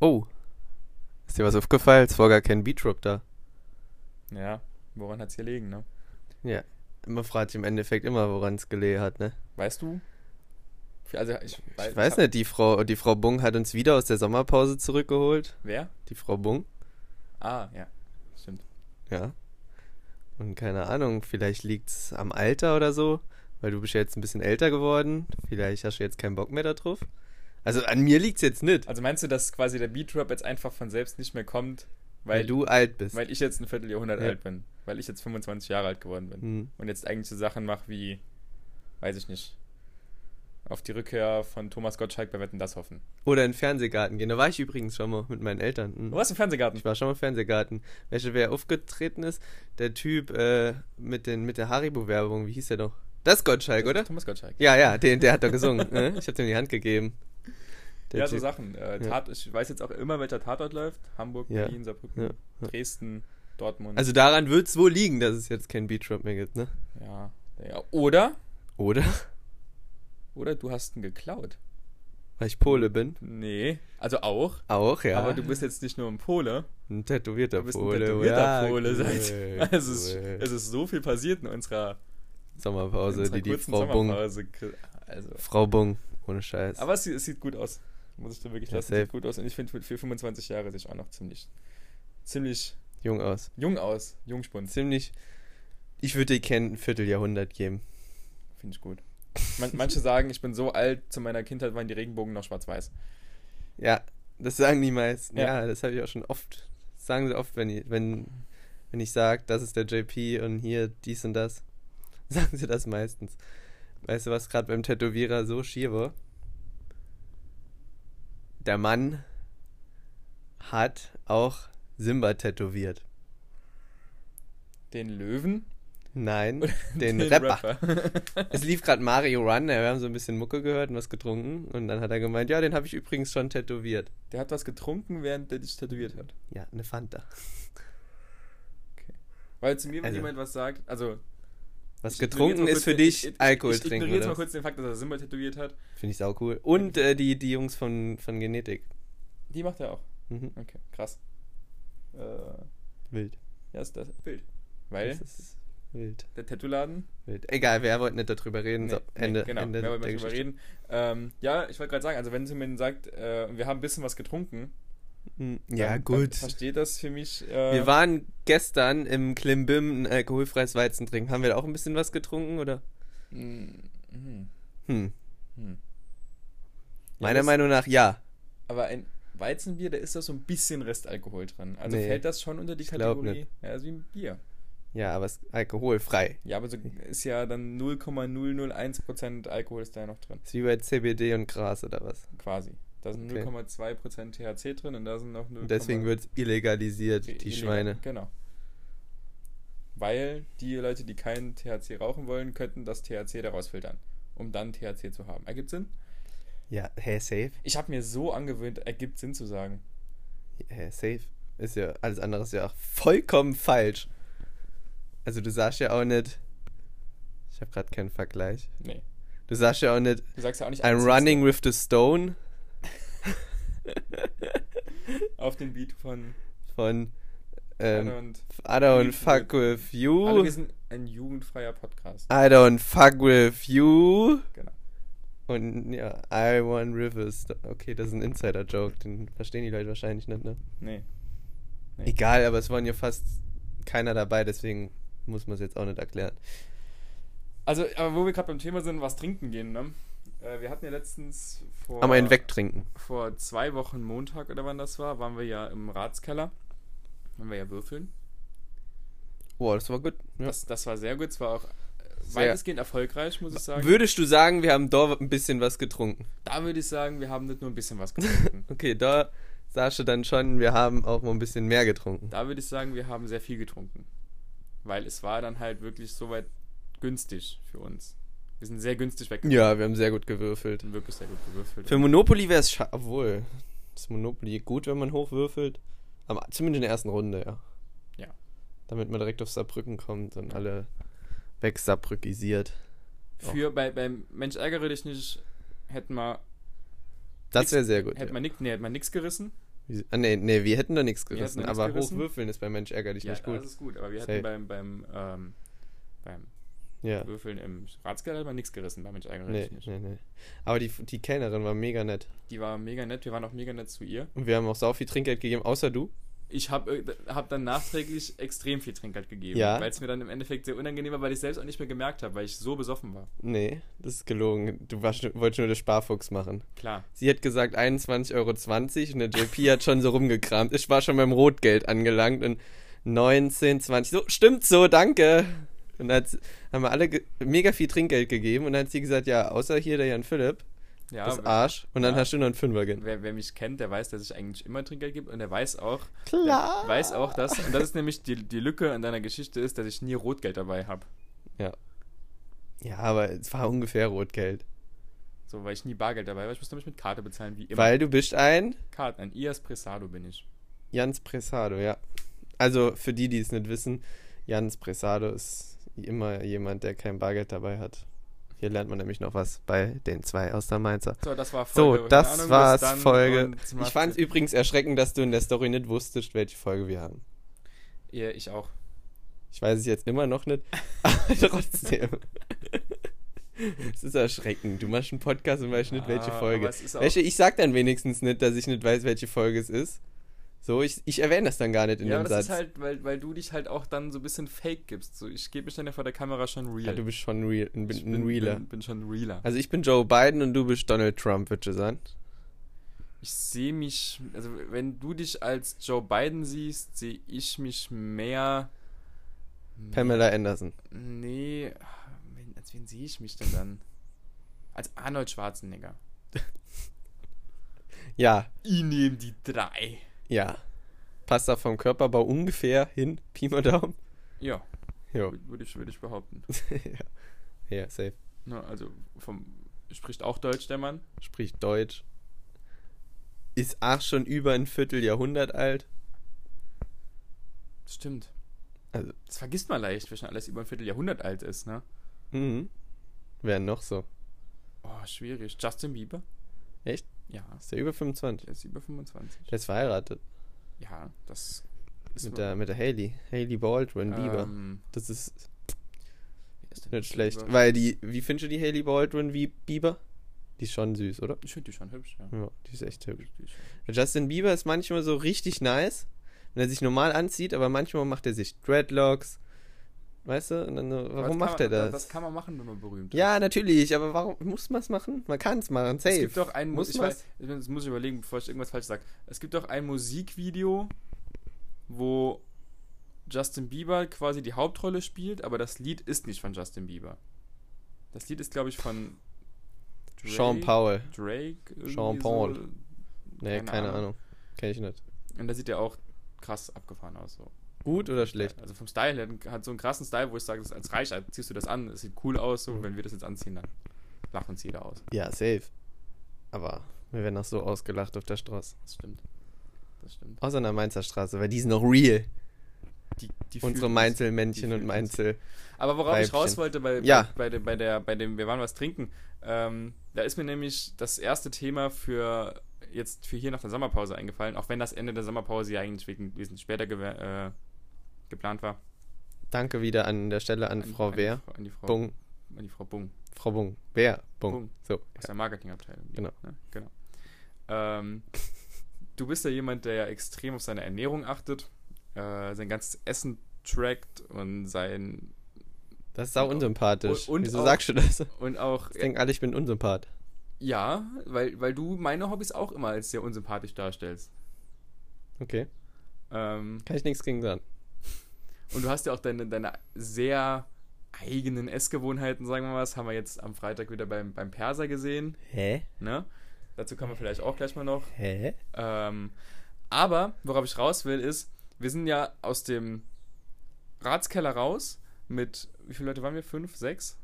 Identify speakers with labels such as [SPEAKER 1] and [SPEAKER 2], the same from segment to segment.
[SPEAKER 1] Oh. Ist dir was aufgefallen? Es war gar kein Beatrop da.
[SPEAKER 2] Ja, woran hat's gelegen, ne?
[SPEAKER 1] Ja. Man fragt sich im Endeffekt immer, woran es gelegen hat, ne?
[SPEAKER 2] Weißt du? Also ich,
[SPEAKER 1] Ich weiß nicht, die Frau, die Frau Bung hat uns wieder aus der Sommerpause zurückgeholt.
[SPEAKER 2] Wer?
[SPEAKER 1] Die Frau Bung.
[SPEAKER 2] Ah, ja. Stimmt.
[SPEAKER 1] Ja. Und keine Ahnung, vielleicht liegt's am Alter oder so, weil du bist ja jetzt ein bisschen älter geworden. Vielleicht hast du jetzt keinen Bock mehr darauf. Also an mir liegt's jetzt nicht,
[SPEAKER 2] Also meinst du, dass quasi der Beatrap jetzt einfach von selbst nicht mehr kommt,
[SPEAKER 1] weil,
[SPEAKER 2] weil,
[SPEAKER 1] du alt bist.
[SPEAKER 2] weil ich jetzt ein Vierteljahrhundert
[SPEAKER 1] Ja.
[SPEAKER 2] alt bin? Weil ich jetzt 25 Jahre alt geworden bin.
[SPEAKER 1] Hm.
[SPEAKER 2] Und jetzt eigentlich so Sachen mache wie, weiß ich nicht, auf die Rückkehr von Thomas Gottschalk bei Wetten, das hoffen.
[SPEAKER 1] Oder in den Fernsehgarten gehen. Da war ich übrigens schon mal mit meinen Eltern. Hm.
[SPEAKER 2] Du warst Oh, im Fernsehgarten.
[SPEAKER 1] Ich war schon mal im Fernsehgarten. Weißt du, wer aufgetreten ist? Der Typ äh, mit, den, mit der Haribo-Werbung, wie hieß der doch? Das Gottschalk, oder?
[SPEAKER 2] Thomas Gottschalk.
[SPEAKER 1] Ja, ja, den, der hat doch gesungen. ne? Ich hab dem die Hand gegeben. Der
[SPEAKER 2] ja, so
[SPEAKER 1] Typ.
[SPEAKER 2] Sachen. Äh, Tat, ich weiß jetzt auch immer, welcher Tatort läuft. Hamburg,
[SPEAKER 1] Ja.
[SPEAKER 2] Berlin, Saarbrücken,
[SPEAKER 1] Ja,
[SPEAKER 2] Dresden, Dortmund.
[SPEAKER 1] Also daran wird's wohl liegen, dass es jetzt keinen Beatrap mehr gibt, ne?
[SPEAKER 2] ja. ja. Oder,
[SPEAKER 1] Oder?
[SPEAKER 2] oder du hast ihn geklaut.
[SPEAKER 1] Weil ich Pole bin.
[SPEAKER 2] Nee, also auch.
[SPEAKER 1] Auch, ja.
[SPEAKER 2] Aber du bist jetzt nicht nur ein Pole,
[SPEAKER 1] ein tätowierter
[SPEAKER 2] du bist ein
[SPEAKER 1] Pole.
[SPEAKER 2] tätowierter
[SPEAKER 1] ja,
[SPEAKER 2] Pole. Seit,
[SPEAKER 1] cool,
[SPEAKER 2] es, ist,
[SPEAKER 1] cool.
[SPEAKER 2] es ist so viel passiert in unserer, in
[SPEAKER 1] Sommerpause,
[SPEAKER 2] unserer
[SPEAKER 1] die die
[SPEAKER 2] kurzen
[SPEAKER 1] Frau Bung.
[SPEAKER 2] Sommerpause. Also.
[SPEAKER 1] Frau Bung, ohne Scheiß.
[SPEAKER 2] Aber es, sieht- es sieht gut aus. Muss ich dir wirklich
[SPEAKER 1] Ja,
[SPEAKER 2] lassen.
[SPEAKER 1] safe.
[SPEAKER 2] sieht gut aus. Und ich finde, für 25 Jahre sehe ich auch noch ziemlich, ziemlich
[SPEAKER 1] Jung aus.
[SPEAKER 2] jung aus. Jungspund.
[SPEAKER 1] Ziemlich. Ich würde dir kein Vierteljahrhundert geben.
[SPEAKER 2] Finde ich gut. Man, manche sagen, ich bin so alt, zu meiner Kindheit waren die Regenbogen noch schwarz-weiß.
[SPEAKER 1] Ja, das sagen die meisten.
[SPEAKER 2] Ja.
[SPEAKER 1] Ja, das habe ich auch schon oft. Das sagen sie oft, wenn, die- wenn, wenn ich sage, das ist der JP und hier dies und das. Sagen sie das meistens. Weißt du, was gerade beim Tätowierer so schier war? Der Mann hat auch Simba tätowiert.
[SPEAKER 2] Den Löwen?
[SPEAKER 1] Nein,
[SPEAKER 2] oder
[SPEAKER 1] den, Rapper.
[SPEAKER 2] Rapper.
[SPEAKER 1] Es lief gerade Mario Run, wir haben so ein bisschen Mucke gehört und was getrunken. Und dann hat er gemeint, ja, den habe ich übrigens schon tätowiert.
[SPEAKER 2] Der hat was getrunken, während der dich tätowiert hat.
[SPEAKER 1] Ja, eine Fanta.
[SPEAKER 2] Weil zu mir, wenn
[SPEAKER 1] Also.
[SPEAKER 2] jemand was sagt, also.
[SPEAKER 1] Was
[SPEAKER 2] ich
[SPEAKER 1] getrunken
[SPEAKER 2] ignoriere jetzt mal
[SPEAKER 1] ist für
[SPEAKER 2] kurz- ich-
[SPEAKER 1] dich
[SPEAKER 2] ich- ich-
[SPEAKER 1] Alkohol
[SPEAKER 2] Ich
[SPEAKER 1] trinken.
[SPEAKER 2] ignoriere jetzt
[SPEAKER 1] oder
[SPEAKER 2] mal
[SPEAKER 1] was?
[SPEAKER 2] kurz den Fakt, dass er Simba tätowiert hat.
[SPEAKER 1] Finde ich sau cool. Und äh, die, die Jungs von, von Genetik.
[SPEAKER 2] Die macht er auch.
[SPEAKER 1] Mhm.
[SPEAKER 2] Okay, krass. Äh, ja,
[SPEAKER 1] Wild.
[SPEAKER 2] ist das Bild. Weil
[SPEAKER 1] Das ist wild.
[SPEAKER 2] der Tattoo-Laden
[SPEAKER 1] Wild. Egal, wir wollten nicht darüber reden. so,
[SPEAKER 2] Nee, nee,
[SPEAKER 1] Ende.
[SPEAKER 2] genau,
[SPEAKER 1] Ende
[SPEAKER 2] mehr wollen
[SPEAKER 1] der
[SPEAKER 2] wir darüber
[SPEAKER 1] Geschichte.
[SPEAKER 2] reden. Ähm, ja, ich wollte gerade sagen, also wenn sie mir sagt, äh, wir haben ein bisschen was getrunken,
[SPEAKER 1] Hm, Ja,
[SPEAKER 2] dann
[SPEAKER 1] gut.
[SPEAKER 2] ver- versteht das für mich. Äh,
[SPEAKER 1] Wir waren gestern im Klimbim ein alkoholfreies Weizen trinken. Haben wir da auch ein bisschen was getrunken, oder?
[SPEAKER 2] Mm, mm,
[SPEAKER 1] Hm.
[SPEAKER 2] hm.
[SPEAKER 1] Meiner
[SPEAKER 2] das-
[SPEAKER 1] Meinung nach ja.
[SPEAKER 2] Aber ein Weizenbier, da ist doch so ein bisschen Restalkohol drin. Also
[SPEAKER 1] Nee,
[SPEAKER 2] fällt das schon unter die
[SPEAKER 1] ich glaub
[SPEAKER 2] Kategorie?
[SPEAKER 1] nicht.
[SPEAKER 2] Ja, ist wie ein Bier.
[SPEAKER 1] Ja, aber es ist alkoholfrei.
[SPEAKER 2] Ja, aber so ist ja dann 0,001% Alkohol ist da ja noch drin.
[SPEAKER 1] Ist wie bei CBD und Gras oder was.
[SPEAKER 2] Quasi. Da sind
[SPEAKER 1] Okay.
[SPEAKER 2] 0,2% THC drin und da sind noch 0,
[SPEAKER 1] Und deswegen wird es illegalisiert, die Schweine.
[SPEAKER 2] Genau. Weil die Leute, die keinen THC rauchen wollen, könnten das THC daraus filtern, um dann THC zu haben. Ergibt Sinn?
[SPEAKER 1] Ja, hä, safe?
[SPEAKER 2] Ich habe mir so angewöhnt, ergibt Sinn zu sagen.
[SPEAKER 1] Hä, safe. Ist ja, alles andere ist ja auch vollkommen falsch. Also du sagst ja auch nicht, ich habe gerade keinen Vergleich.
[SPEAKER 2] Nee.
[SPEAKER 1] Du sagst ja auch nicht,
[SPEAKER 2] Du sagst ja auch nicht
[SPEAKER 1] I'm
[SPEAKER 2] alles
[SPEAKER 1] running with the stone
[SPEAKER 2] auf den Beat von
[SPEAKER 1] von
[SPEAKER 2] Anna
[SPEAKER 1] ähm,
[SPEAKER 2] und
[SPEAKER 1] I don't
[SPEAKER 2] Lied
[SPEAKER 1] fuck with
[SPEAKER 2] Hallo,
[SPEAKER 1] you.
[SPEAKER 2] wir sind ein jugendfreier Podcast.
[SPEAKER 1] I don't fuck with you.
[SPEAKER 2] Genau.
[SPEAKER 1] Und ja, I want rivers. Okay, das ist ein Insider-Joke, den verstehen die Leute wahrscheinlich nicht, ne?
[SPEAKER 2] Nee. Nee.
[SPEAKER 1] Egal, aber es waren ja fast keiner dabei, deswegen muss man es jetzt auch nicht erklären.
[SPEAKER 2] Also, aber wo wir gerade beim Thema sind, was trinken gehen, ne? Äh, Wir hatten ja letztens vor.
[SPEAKER 1] Aber einen wegtrinken.
[SPEAKER 2] vor zwei Wochen Montag oder wann das war, waren wir ja im Ratskeller. Waren wir ja würfeln.
[SPEAKER 1] Boah, das war gut. Ja.
[SPEAKER 2] Das, das war sehr gut. Es war auch äh,
[SPEAKER 1] Sehr.
[SPEAKER 2] weitestgehend erfolgreich, muss ich sagen.
[SPEAKER 1] Würdest du sagen, wir haben da ein bisschen was getrunken?
[SPEAKER 2] da würde ich sagen, wir haben nicht nur ein bisschen was getrunken.
[SPEAKER 1] Okay, da sagst du dann schon, wir haben auch mal ein bisschen mehr getrunken.
[SPEAKER 2] da würde ich sagen, wir haben sehr viel getrunken. Weil es war dann halt wirklich soweit günstig für uns. Wir sind sehr günstig weggekommen.
[SPEAKER 1] Ja, wir haben sehr gut gewürfelt.
[SPEAKER 2] sind Wirklich sehr gut gewürfelt.
[SPEAKER 1] Für Monopoly wäre es scha- obwohl. Ist Monopoly gut, wenn man hochwürfelt? Aber zumindest in der ersten Runde, ja.
[SPEAKER 2] Ja.
[SPEAKER 1] Damit man direkt auf Saarbrücken kommt und
[SPEAKER 2] Ja.
[SPEAKER 1] alle weg Saarbrückisiert.
[SPEAKER 2] für bei, beim Mensch ärgere dich nicht, hätten wir
[SPEAKER 1] Das wäre sehr gut.
[SPEAKER 2] hätten
[SPEAKER 1] Ja.
[SPEAKER 2] wir nix, nee, hätten wir nix gerissen.
[SPEAKER 1] Wie- Ah, nee, nee, wir hätten da nichts
[SPEAKER 2] Wir hätten
[SPEAKER 1] gerissen,
[SPEAKER 2] da nichts
[SPEAKER 1] aber
[SPEAKER 2] gerissen.
[SPEAKER 1] hochwürfeln ist bei Mensch ärgerlich
[SPEAKER 2] ja, also
[SPEAKER 1] nicht gut.
[SPEAKER 2] das ist gut, aber wir
[SPEAKER 1] Safe.
[SPEAKER 2] hatten beim, beim, ähm, beim
[SPEAKER 1] Ja.
[SPEAKER 2] Würfeln im Ratskeller hat man nichts gerissen, bei Mensch ärgere
[SPEAKER 1] Nee,
[SPEAKER 2] dich nicht.
[SPEAKER 1] nee, nee. Aber die, die Kellnerin war mega nett.
[SPEAKER 2] Die war mega nett, wir waren auch mega nett zu ihr.
[SPEAKER 1] Und wir haben auch sau viel Trinkgeld gegeben, außer du.
[SPEAKER 2] Ich habe hab dann nachträglich extrem viel Trinkgeld gegeben,
[SPEAKER 1] Ja.
[SPEAKER 2] weil es mir dann im Endeffekt sehr unangenehm war, weil ich selbst auch nicht mehr gemerkt habe, weil ich so besoffen war.
[SPEAKER 1] Nee, das ist gelogen. Du warst, wolltest nur den Sparfuchs machen.
[SPEAKER 2] Klar.
[SPEAKER 1] Sie hat gesagt 21,20 Euro und der JP hat schon so rumgekramt. Ich war schon beim Rotgeld angelangt und 19, 20, so, stimmt so, danke. Und dann hat's- haben wir alle ge- mega viel Trinkgeld gegeben und dann hat sie gesagt, ja, außer hier der Jan Philipp,
[SPEAKER 2] Ja,
[SPEAKER 1] das
[SPEAKER 2] wer,
[SPEAKER 1] Arsch. Und dann
[SPEAKER 2] ja.
[SPEAKER 1] hast du noch einen Fünfer gegeben.
[SPEAKER 2] wer, wer mich kennt, der weiß, dass ich eigentlich immer Trinkgeld gebe und der weiß auch,
[SPEAKER 1] Klar.
[SPEAKER 2] der weiß auch das. Und das ist nämlich die, die Lücke in deiner Geschichte ist, dass ich nie Rotgeld dabei habe.
[SPEAKER 1] Ja, aber es war ungefähr Rotgeld.
[SPEAKER 2] So, weil ich nie Bargeld dabei habe. Ich musste mich mit Karte bezahlen, wie immer.
[SPEAKER 1] Weil du bist ein
[SPEAKER 2] Karten, ein Ias Presado bin ich.
[SPEAKER 1] Jans Presado, ja. Also für die, die es nicht wissen, Jans Presado ist immer jemand, der kein Bargeld dabei hat. Hier lernt man nämlich noch was bei den zwei aus der Mainzer.
[SPEAKER 2] So, das war
[SPEAKER 1] So,
[SPEAKER 2] Folge.
[SPEAKER 1] das
[SPEAKER 2] Keine Ahnung, bis
[SPEAKER 1] war's,
[SPEAKER 2] dann
[SPEAKER 1] Folge.
[SPEAKER 2] und
[SPEAKER 1] Ich
[SPEAKER 2] macht's
[SPEAKER 1] fand es
[SPEAKER 2] gut.
[SPEAKER 1] übrigens erschreckend, dass du in der Story nicht wusstest, welche Folge wir haben.
[SPEAKER 2] Ja, ich auch.
[SPEAKER 1] Ich weiß es jetzt immer noch nicht, aber trotzdem. Es ist erschreckend. Du machst einen Podcast und weißt nicht, welche
[SPEAKER 2] Ah,
[SPEAKER 1] Folge.
[SPEAKER 2] aber es ist auch-
[SPEAKER 1] Welche, ich sag dann wenigstens nicht, dass ich nicht weiß, welche Folge es ist. So, ich, ich erwähne das dann gar nicht in
[SPEAKER 2] ja,
[SPEAKER 1] dem
[SPEAKER 2] aber
[SPEAKER 1] Satz.
[SPEAKER 2] das ist halt, weil, weil du dich halt auch dann so ein bisschen fake gibst. So, ich gebe mich dann ja vor der Kamera schon real.
[SPEAKER 1] ja, du bist schon real, ein,
[SPEAKER 2] ich
[SPEAKER 1] ein Realer.
[SPEAKER 2] Bin, bin schon realer.
[SPEAKER 1] Also ich bin Joe Biden und du bist Donald Trump, würde ich sagen.
[SPEAKER 2] Ich sehe mich, also wenn du dich als Joe Biden siehst, sehe ich mich mehr.
[SPEAKER 1] Pamela Anderson.
[SPEAKER 2] Nee, ah, wen- als wen sehe ich mich denn dann? Als Arnold Schwarzenegger.
[SPEAKER 1] Ja,
[SPEAKER 2] Ich nehme die drei.
[SPEAKER 1] ja. Passt da vom Körperbau ungefähr hin, Pi mal Daumen.
[SPEAKER 2] Ja,
[SPEAKER 1] Jo.
[SPEAKER 2] wür- würde ich, würde ich behaupten.
[SPEAKER 1] ja. ja, safe.
[SPEAKER 2] Na, also vom spricht auch Deutsch der Mann.
[SPEAKER 1] Spricht Deutsch. Ist auch schon über ein Vierteljahrhundert alt.
[SPEAKER 2] Stimmt.
[SPEAKER 1] Also-
[SPEAKER 2] das vergisst man leicht, wenn schon alles über ein Vierteljahrhundert alt ist, ne?
[SPEAKER 1] Mhm. Wäre noch so.
[SPEAKER 2] Oh, schwierig. Justin Bieber?
[SPEAKER 1] Echt?
[SPEAKER 2] Ja,
[SPEAKER 1] Ist der über 25?
[SPEAKER 2] der ist über 25.
[SPEAKER 1] Der ist verheiratet.
[SPEAKER 2] Ja, das ist
[SPEAKER 1] Mit der, mit der Hailey. Hailey Baldwin, Bieber.
[SPEAKER 2] Ähm,
[SPEAKER 1] Das ist
[SPEAKER 2] wer ist denn
[SPEAKER 1] nicht schlecht.
[SPEAKER 2] Bieber?
[SPEAKER 1] Weil die, wie findest du die Hailey Baldwin wie Bieber? Die ist schon süß, oder?
[SPEAKER 2] Ich finde die schon hübsch, ja.
[SPEAKER 1] Ja, die ist echt hübsch.
[SPEAKER 2] Die ist schon-
[SPEAKER 1] Justin Bieber ist manchmal so richtig nice, wenn er sich normal anzieht, aber manchmal macht er sich Dreadlocks. Weißt du? Und dann so,
[SPEAKER 2] Aber
[SPEAKER 1] warum macht er
[SPEAKER 2] kann man,
[SPEAKER 1] das?
[SPEAKER 2] Das kann man machen, wenn man berühmt ist.
[SPEAKER 1] ja, natürlich, aber warum muss man es machen? Man kann es machen, safe.
[SPEAKER 2] Es gibt doch ein
[SPEAKER 1] Muss
[SPEAKER 2] muss ich
[SPEAKER 1] man-
[SPEAKER 2] weiß, das muss ich überlegen, bevor ich irgendwas falsch sage. Es gibt doch ein Musikvideo, wo Justin Bieber quasi die Hauptrolle spielt, aber das Lied ist nicht von Justin Bieber. Das Lied ist, glaube ich, von Drake,
[SPEAKER 1] Sean Powell.
[SPEAKER 2] Drake. irgendwie
[SPEAKER 1] Sean Paul.
[SPEAKER 2] So.
[SPEAKER 1] Nee,
[SPEAKER 2] keine
[SPEAKER 1] keine,
[SPEAKER 2] Ahnung.
[SPEAKER 1] Ahnung. Kenn ich nicht.
[SPEAKER 2] Und da sieht er auch krass abgefahren aus. So.
[SPEAKER 1] Gut oder schlecht?
[SPEAKER 2] Also vom Style her hat so einen krassen Style, wo ich sage, das ist als Reicher ziehst du das an, es sieht cool aus,
[SPEAKER 1] Mhm.
[SPEAKER 2] so wenn wir das jetzt anziehen, dann lacht uns jeder aus.
[SPEAKER 1] Ja, safe. Aber wir werden auch so ausgelacht auf der Straße.
[SPEAKER 2] Das stimmt. Das stimmt.
[SPEAKER 1] Außer in der Mainzer Straße, weil die sind noch real.
[SPEAKER 2] Die, die
[SPEAKER 1] Unsere
[SPEAKER 2] fühlt-
[SPEAKER 1] Mainzelmännchen
[SPEAKER 2] die
[SPEAKER 1] und
[SPEAKER 2] fühlt
[SPEAKER 1] Mainzel.
[SPEAKER 2] Aber worauf ich
[SPEAKER 1] Weibchen.
[SPEAKER 2] raus wollte, bei,
[SPEAKER 1] Ja.
[SPEAKER 2] bei, bei, der- bei, der, bei dem, wir waren was trinken, ähm, da ist mir nämlich das erste Thema für jetzt für hier nach der Sommerpause eingefallen, auch wenn das Ende der Sommerpause ja eigentlich wegen, wesentlich später gewe- äh, geplant war.
[SPEAKER 1] Danke wieder an der Stelle an Frau Wehr.
[SPEAKER 2] An die Frau Bung.
[SPEAKER 1] Bung.
[SPEAKER 2] An die Frau Bung.
[SPEAKER 1] Frau Bung. Wehr. Bung.
[SPEAKER 2] Bung.
[SPEAKER 1] So.
[SPEAKER 2] Aus der Marketingabteilung. die-
[SPEAKER 1] Genau.
[SPEAKER 2] Ne? genau. Ähm, du bist ja jemand, der ja extrem auf seine Ernährung achtet, äh, sein ganzes Essen trackt und sein
[SPEAKER 1] Das ist auch
[SPEAKER 2] Und-
[SPEAKER 1] unsympathisch.
[SPEAKER 2] und
[SPEAKER 1] Wieso
[SPEAKER 2] auch-
[SPEAKER 1] sagst du das?
[SPEAKER 2] und auch
[SPEAKER 1] Ich denke alle, ich bin Unsympath.
[SPEAKER 2] Ja, weil, weil du meine Hobbys auch immer als sehr unsympathisch darstellst.
[SPEAKER 1] Okay.
[SPEAKER 2] Ähm,
[SPEAKER 1] Kann ich nichts gegen sagen.
[SPEAKER 2] und du hast ja auch deine, deine sehr eigenen Essgewohnheiten, sagen wir mal. Das haben wir jetzt am Freitag wieder beim, beim Perser gesehen.
[SPEAKER 1] Hä?
[SPEAKER 2] Ne? Dazu kommen wir vielleicht auch gleich mal noch.
[SPEAKER 1] Hä?
[SPEAKER 2] Ähm, aber worauf ich raus will, ist, wir sind ja aus dem Ratskeller raus mit, wie viele Leute waren wir? Fünf, sechs?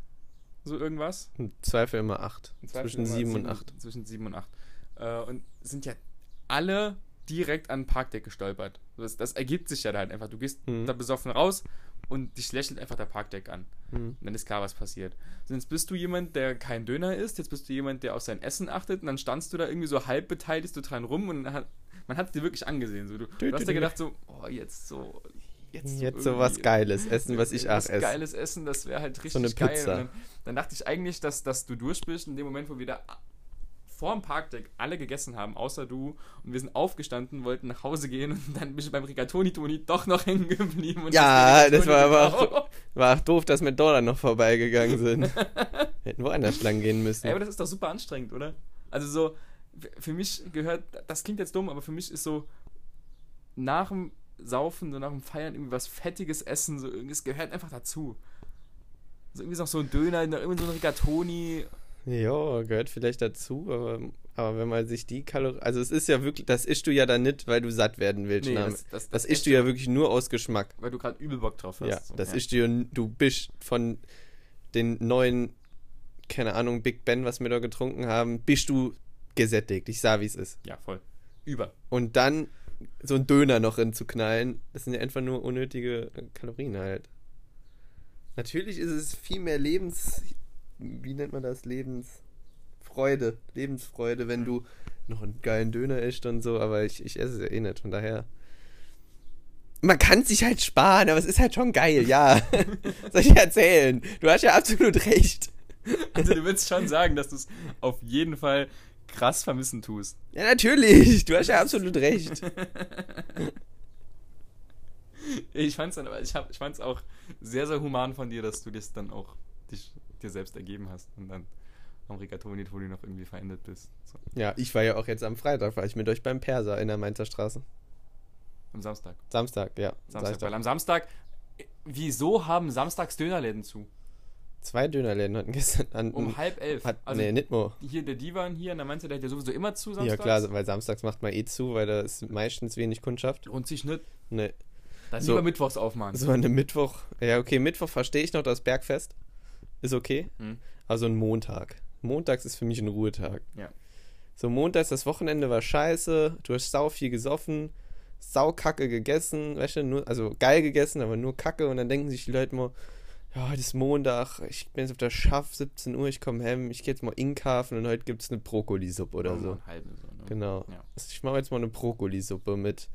[SPEAKER 2] So irgendwas?
[SPEAKER 1] Im Hm, Zweifel immer acht.
[SPEAKER 2] Im Zweifel
[SPEAKER 1] Zwischen
[SPEAKER 2] immer
[SPEAKER 1] sieben und acht.
[SPEAKER 2] Zwischen sieben und acht. Äh, und sind ja alle direkt an den Parkdeck gestolpert. Das, das ergibt sich ja da halt einfach. Du gehst
[SPEAKER 1] Mhm.
[SPEAKER 2] da besoffen raus und dich lächelt einfach der Parkdeck an.
[SPEAKER 1] Hm.
[SPEAKER 2] Und dann ist klar, was passiert. Und jetzt bist du jemand, der kein Döner isst, jetzt bist du jemand, der auf sein Essen achtet und dann standst du da irgendwie so halb beteiligt so dran rum und hat, man hat es dir wirklich angesehen. So. Du, du hast dir gedacht so, oh, jetzt so...
[SPEAKER 1] Jetzt, so was
[SPEAKER 2] irgendwie-
[SPEAKER 1] Geiles essen, was ich ach
[SPEAKER 2] irgendwas
[SPEAKER 1] esse.
[SPEAKER 2] geiles Essen, das wäre halt richtig
[SPEAKER 1] So eine
[SPEAKER 2] geil.
[SPEAKER 1] Pizza.
[SPEAKER 2] Und Dann, dann dachte ich eigentlich, dass, dass du durch bist, in dem Moment, wo wir da vor dem Parkdeck alle gegessen haben, außer du. Und wir sind aufgestanden, wollten nach Hause gehen und dann bist du beim Rigatoni-Toni doch noch hängen geblieben. Und
[SPEAKER 1] Ja,
[SPEAKER 2] hast den
[SPEAKER 1] das war aber
[SPEAKER 2] Rigatoni
[SPEAKER 1] auch- War auch doof, dass wir dort noch vorbeigegangen sind. Hätten woanders lang gehen
[SPEAKER 2] Ey, aber
[SPEAKER 1] müssen.
[SPEAKER 2] das ist doch super anstrengend, oder? Also so, f- für mich gehört, das klingt jetzt dumm, aber für mich ist so nach dem Saufen, so nach dem Feiern irgendwie was fettiges Essen, so irgendwie, es gehört einfach dazu. So irgendwie ist noch so ein Döner, noch irgendwie so ein Rigatoni.
[SPEAKER 1] Ja, gehört vielleicht dazu, aber, aber wenn man sich die Kalorien. Also, es ist ja wirklich. Das ischst du ja dann nicht, weil du satt werden willst. Name. das
[SPEAKER 2] das,
[SPEAKER 1] ischst du ja wirklich nur aus Geschmack.
[SPEAKER 2] Weil du gerade übel Bock drauf hast.
[SPEAKER 1] Ja,
[SPEAKER 2] So,
[SPEAKER 1] das ischst du ja. n- Du bist von den neuen, keine Ahnung, Big Ben, was wir da getrunken haben, bist du gesättigt. Ich sah, wie es ist.
[SPEAKER 2] Ja, voll. Über.
[SPEAKER 1] Und dann so einen Döner noch reinzuknallen, das sind ja einfach nur unnötige äh, Kalorien halt. Natürlich ist es viel mehr Lebens. Wie nennt man das? Lebensfreude. Lebensfreude, wenn du noch einen geilen Döner isst und so, aber ich, ich esse es ja eh nicht, von daher. Man kann sich halt sparen, aber es ist halt schon geil, ja. Soll ich dir erzählen? Du hast ja absolut recht.
[SPEAKER 2] Also du willst schon sagen, dass du es auf jeden Fall krass vermissen tust.
[SPEAKER 1] Ja, natürlich. Du hast ja absolut recht.
[SPEAKER 2] Ich fand's dann, aber ich, hab, ich fand's auch sehr, sehr human von dir, dass du das dann auch dich, dir selbst ergeben hast und dann am Rigatoni Toni noch irgendwie verendet bist. So,
[SPEAKER 1] Ja, ich war ja auch jetzt am Freitag, war ich mit euch beim Perser in der Mainzer Straße.
[SPEAKER 2] am Samstag.
[SPEAKER 1] Samstag, ja.
[SPEAKER 2] Samstag,
[SPEAKER 1] Samstag.
[SPEAKER 2] Weil am Samstag, äh, wieso haben Samstags Dönerläden zu?
[SPEAKER 1] Zwei Dönerläden hatten gestern an.
[SPEAKER 2] Um halb elf.
[SPEAKER 1] Hm. hat,
[SPEAKER 2] also
[SPEAKER 1] nee, nicht mal.
[SPEAKER 2] hier der Divan hier in der Mainzer, der hat ja sowieso immer zu
[SPEAKER 1] Ja,
[SPEAKER 2] Samstags.
[SPEAKER 1] klar, weil samstags macht man eh zu, weil da ist meistens wenig Kundschaft. Ne,
[SPEAKER 2] Lohnt sich nicht.
[SPEAKER 1] Nee.
[SPEAKER 2] Dann
[SPEAKER 1] So.
[SPEAKER 2] lieber Mittwochs aufmachen.
[SPEAKER 1] So an einem Mittwoch. Ja, okay, Mittwoch verstehe ich noch das Bergfest. Ist okay.
[SPEAKER 2] Hm.
[SPEAKER 1] Also ein Montag. Montags ist für mich ein Ruhetag.
[SPEAKER 2] Ja.
[SPEAKER 1] So montags, das Wochenende war scheiße. Du hast sau viel gesoffen, sau kacke gegessen, weißt du, nur, also geil gegessen, aber nur kacke. Und dann denken sich die Leute mal, ja, heute ist Montag, ich bin jetzt auf der Schaff, 17 Uhr, ich komme hem, ich gehe jetzt mal in den Karfen und heute gibt es eine Brokkolisuppe oder
[SPEAKER 2] Machen wir
[SPEAKER 1] so.
[SPEAKER 2] einen halben so, ne?
[SPEAKER 1] Genau.
[SPEAKER 2] Ja.
[SPEAKER 1] Also ich mache jetzt mal eine Brokkolisuppe mit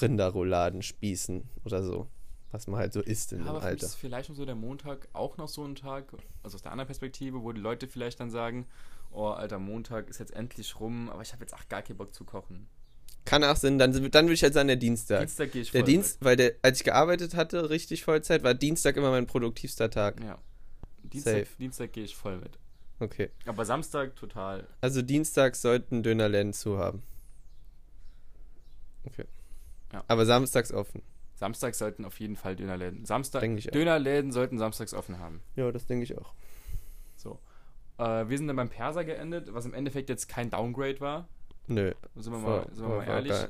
[SPEAKER 1] Rinderrouladenspießen oder so. Was man halt so isst in
[SPEAKER 2] Ja,
[SPEAKER 1] dem
[SPEAKER 2] aber für mich
[SPEAKER 1] Alter.
[SPEAKER 2] ist vielleicht schon so der Montag auch noch so ein Tag, also aus der anderen Perspektive, wo die Leute vielleicht dann sagen, oh, alter, Montag ist jetzt endlich rum, aber ich habe jetzt auch gar keinen Bock zu kochen.
[SPEAKER 1] Kann auch Sinn, dann, dann würde ich halt sagen, der Dienstag.
[SPEAKER 2] Dienstag gehe ich
[SPEAKER 1] der
[SPEAKER 2] Vollzeit.
[SPEAKER 1] Dienst, weil der, als ich gearbeitet hatte, richtig Vollzeit, war Dienstag immer mein produktivster Tag.
[SPEAKER 2] Ja. Dienstag,
[SPEAKER 1] Safe.
[SPEAKER 2] Dienstag gehe ich voll mit.
[SPEAKER 1] Okay.
[SPEAKER 2] Aber Samstag total.
[SPEAKER 1] Also Dienstag sollten Dönerläden zu haben. Okay.
[SPEAKER 2] Ja.
[SPEAKER 1] Aber samstags offen.
[SPEAKER 2] Samstag sollten auf jeden Fall Dönerläden. Samstag
[SPEAKER 1] Denk ich auch.
[SPEAKER 2] Dönerläden sollten samstags offen haben.
[SPEAKER 1] Ja, das denke ich auch.
[SPEAKER 2] So. Äh, wir sind dann beim Perser geendet, was im Endeffekt jetzt kein Downgrade war.
[SPEAKER 1] Nö.
[SPEAKER 2] Sind wir mal,
[SPEAKER 1] voll-
[SPEAKER 2] sind wir
[SPEAKER 1] voll-
[SPEAKER 2] mal
[SPEAKER 1] voll
[SPEAKER 2] ehrlich.
[SPEAKER 1] geil.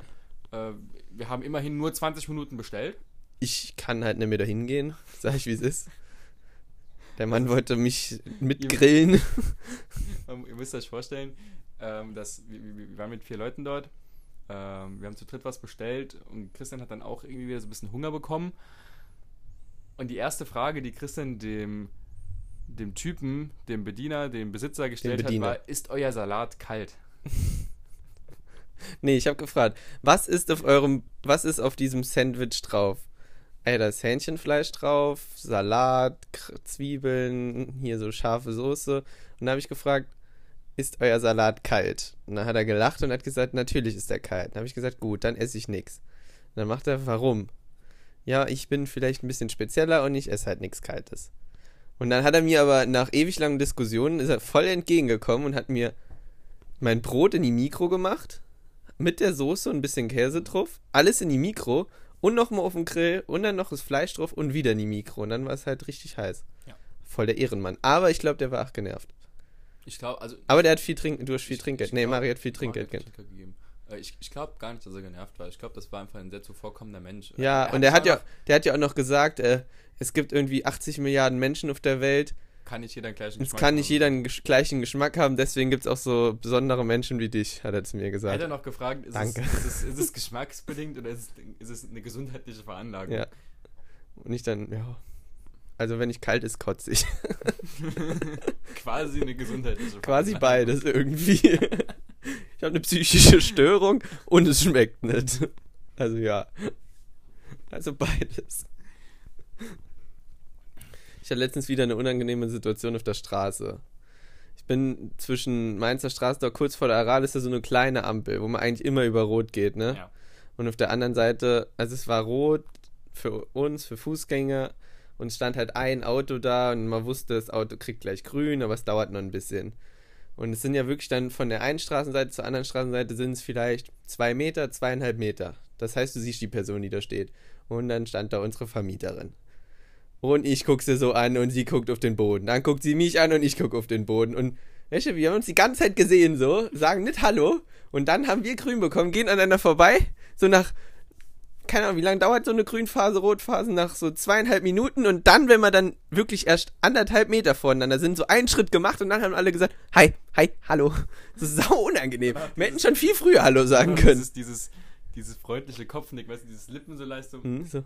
[SPEAKER 2] Äh, wir haben immerhin nur 20 Minuten bestellt.
[SPEAKER 1] Ich kann halt nicht mehr dahin gehen, sag ich wie es ist. Der Mann wollte mich mitgrillen.
[SPEAKER 2] Ähm, Ihr müsst euch vorstellen, ähm, dass wir, wir, wir waren mit vier Leuten dort. Ähm, wir haben zu dritt was bestellt und Christian hat dann auch irgendwie wieder so ein bisschen Hunger bekommen. Und die erste Frage, die Christian dem, dem Typen, dem Bediener, dem Besitzer gestellt
[SPEAKER 1] Bediener.
[SPEAKER 2] hat, war: Ist euer Salat kalt?
[SPEAKER 1] Nee, ich habe gefragt, was ist auf eurem, was ist auf diesem Sandwich drauf? Ey, da ist Hähnchenfleisch drauf, Salat, K Zwiebeln, hier so scharfe Soße. Und da habe ich gefragt, ist euer Salat kalt? Und dann hat er gelacht und hat gesagt, natürlich ist er kalt. Dann habe ich gesagt, gut, dann esse ich nichts. Dann macht er, warum? Ja, ich bin vielleicht ein bisschen spezieller und ich esse halt nichts Kaltes. Und dann hat er mir aber nach ewig langen Diskussionen, ist er voll entgegengekommen und hat mir mein Brot in die Mikro gemacht mit der Soße und ein bisschen Käse drauf, alles in die Mikro und nochmal auf den Grill und dann noch das Fleisch drauf und wieder in die Mikro und dann war es halt richtig heiß.
[SPEAKER 2] Ja.
[SPEAKER 1] Voll der Ehrenmann. Aber ich glaube, der war auch genervt.
[SPEAKER 2] Ich glaube, also.
[SPEAKER 1] Aber der hat viel Trinkgeld, du hast Ah, viel
[SPEAKER 2] ich-
[SPEAKER 1] Trinkgeld.
[SPEAKER 2] ich
[SPEAKER 1] Nee,
[SPEAKER 2] glaub,
[SPEAKER 1] Mari hat viel
[SPEAKER 2] Mari
[SPEAKER 1] Trinkgeld
[SPEAKER 2] hat
[SPEAKER 1] gegeben.
[SPEAKER 2] viel gegeben. Äh, Ich, ich glaube gar nicht, dass er genervt war. Ich glaube, das war einfach ein sehr zuvorkommender Mensch.
[SPEAKER 1] Ja,
[SPEAKER 2] Er
[SPEAKER 1] und der hat ja,
[SPEAKER 2] einfach-
[SPEAKER 1] der hat ja auch noch gesagt, äh, es gibt irgendwie 80 Milliarden Menschen auf der Welt.
[SPEAKER 2] Kann nicht jeder einen gleichen
[SPEAKER 1] Es
[SPEAKER 2] Geschmack
[SPEAKER 1] kann nicht
[SPEAKER 2] haben.
[SPEAKER 1] jeder einen gesch- gleichen Geschmack haben, deswegen gibt es auch so besondere Menschen wie dich, hat er zu mir
[SPEAKER 2] Er hat
[SPEAKER 1] gesagt.
[SPEAKER 2] ja noch gefragt, ist,
[SPEAKER 1] Danke.
[SPEAKER 2] Es, ist, es, ist es geschmacksbedingt oder ist es, ist es eine gesundheitliche Veranlagung?
[SPEAKER 1] Ja. Und ich dann, ja. Also wenn ich kalt ist, kotze ich.
[SPEAKER 2] Quasi eine gesundheitliche
[SPEAKER 1] Quasi
[SPEAKER 2] Veranlagung.
[SPEAKER 1] beides irgendwie. ich habe eine psychische Störung und es schmeckt nicht. Also ja. Also beides. Ich hatte letztens wieder eine unangenehme Situation auf der Straße. Ich bin zwischen Mainzer Straße, da kurz vor der Aral ist da so eine kleine Ampel, wo man eigentlich immer über Rot geht, ne?
[SPEAKER 2] Ja.
[SPEAKER 1] Und auf der anderen Seite, also es war rot für uns, für Fußgänger und stand halt ein Auto da und man wusste, das Auto kriegt gleich grün, aber es dauert noch ein bisschen. Und es sind ja wirklich dann von der einen Straßenseite zur anderen Straßenseite sind es vielleicht zwei Meter, zweieinhalb Meter. Das heißt, du siehst die Person, die da steht. Und dann stand da unsere Vermieterin. Und ich guck sie so an und sie guckt auf den Boden. Dann guckt sie mich an und ich guck auf den Boden. Und weißt du, wir haben uns die ganze Zeit gesehen so, sagen nicht Hallo. Und dann haben wir grün bekommen, gehen aneinander vorbei. So nach, keine Ahnung, wie lange dauert so eine Grünphase, Rotphase? Nach so zweieinhalb Minuten. Und dann, wenn wir dann wirklich erst anderthalb Meter voneinander sind, so einen Schritt gemacht und dann haben alle gesagt, hi, hi, hallo. Das ist sau unangenehm. Wir hätten schon viel früher Hallo sagen
[SPEAKER 2] Das
[SPEAKER 1] können.
[SPEAKER 2] ist dieses, dieses freundliche Kopfnicken, weißt du, dieses Lippen so leicht so.
[SPEAKER 1] Hm, so.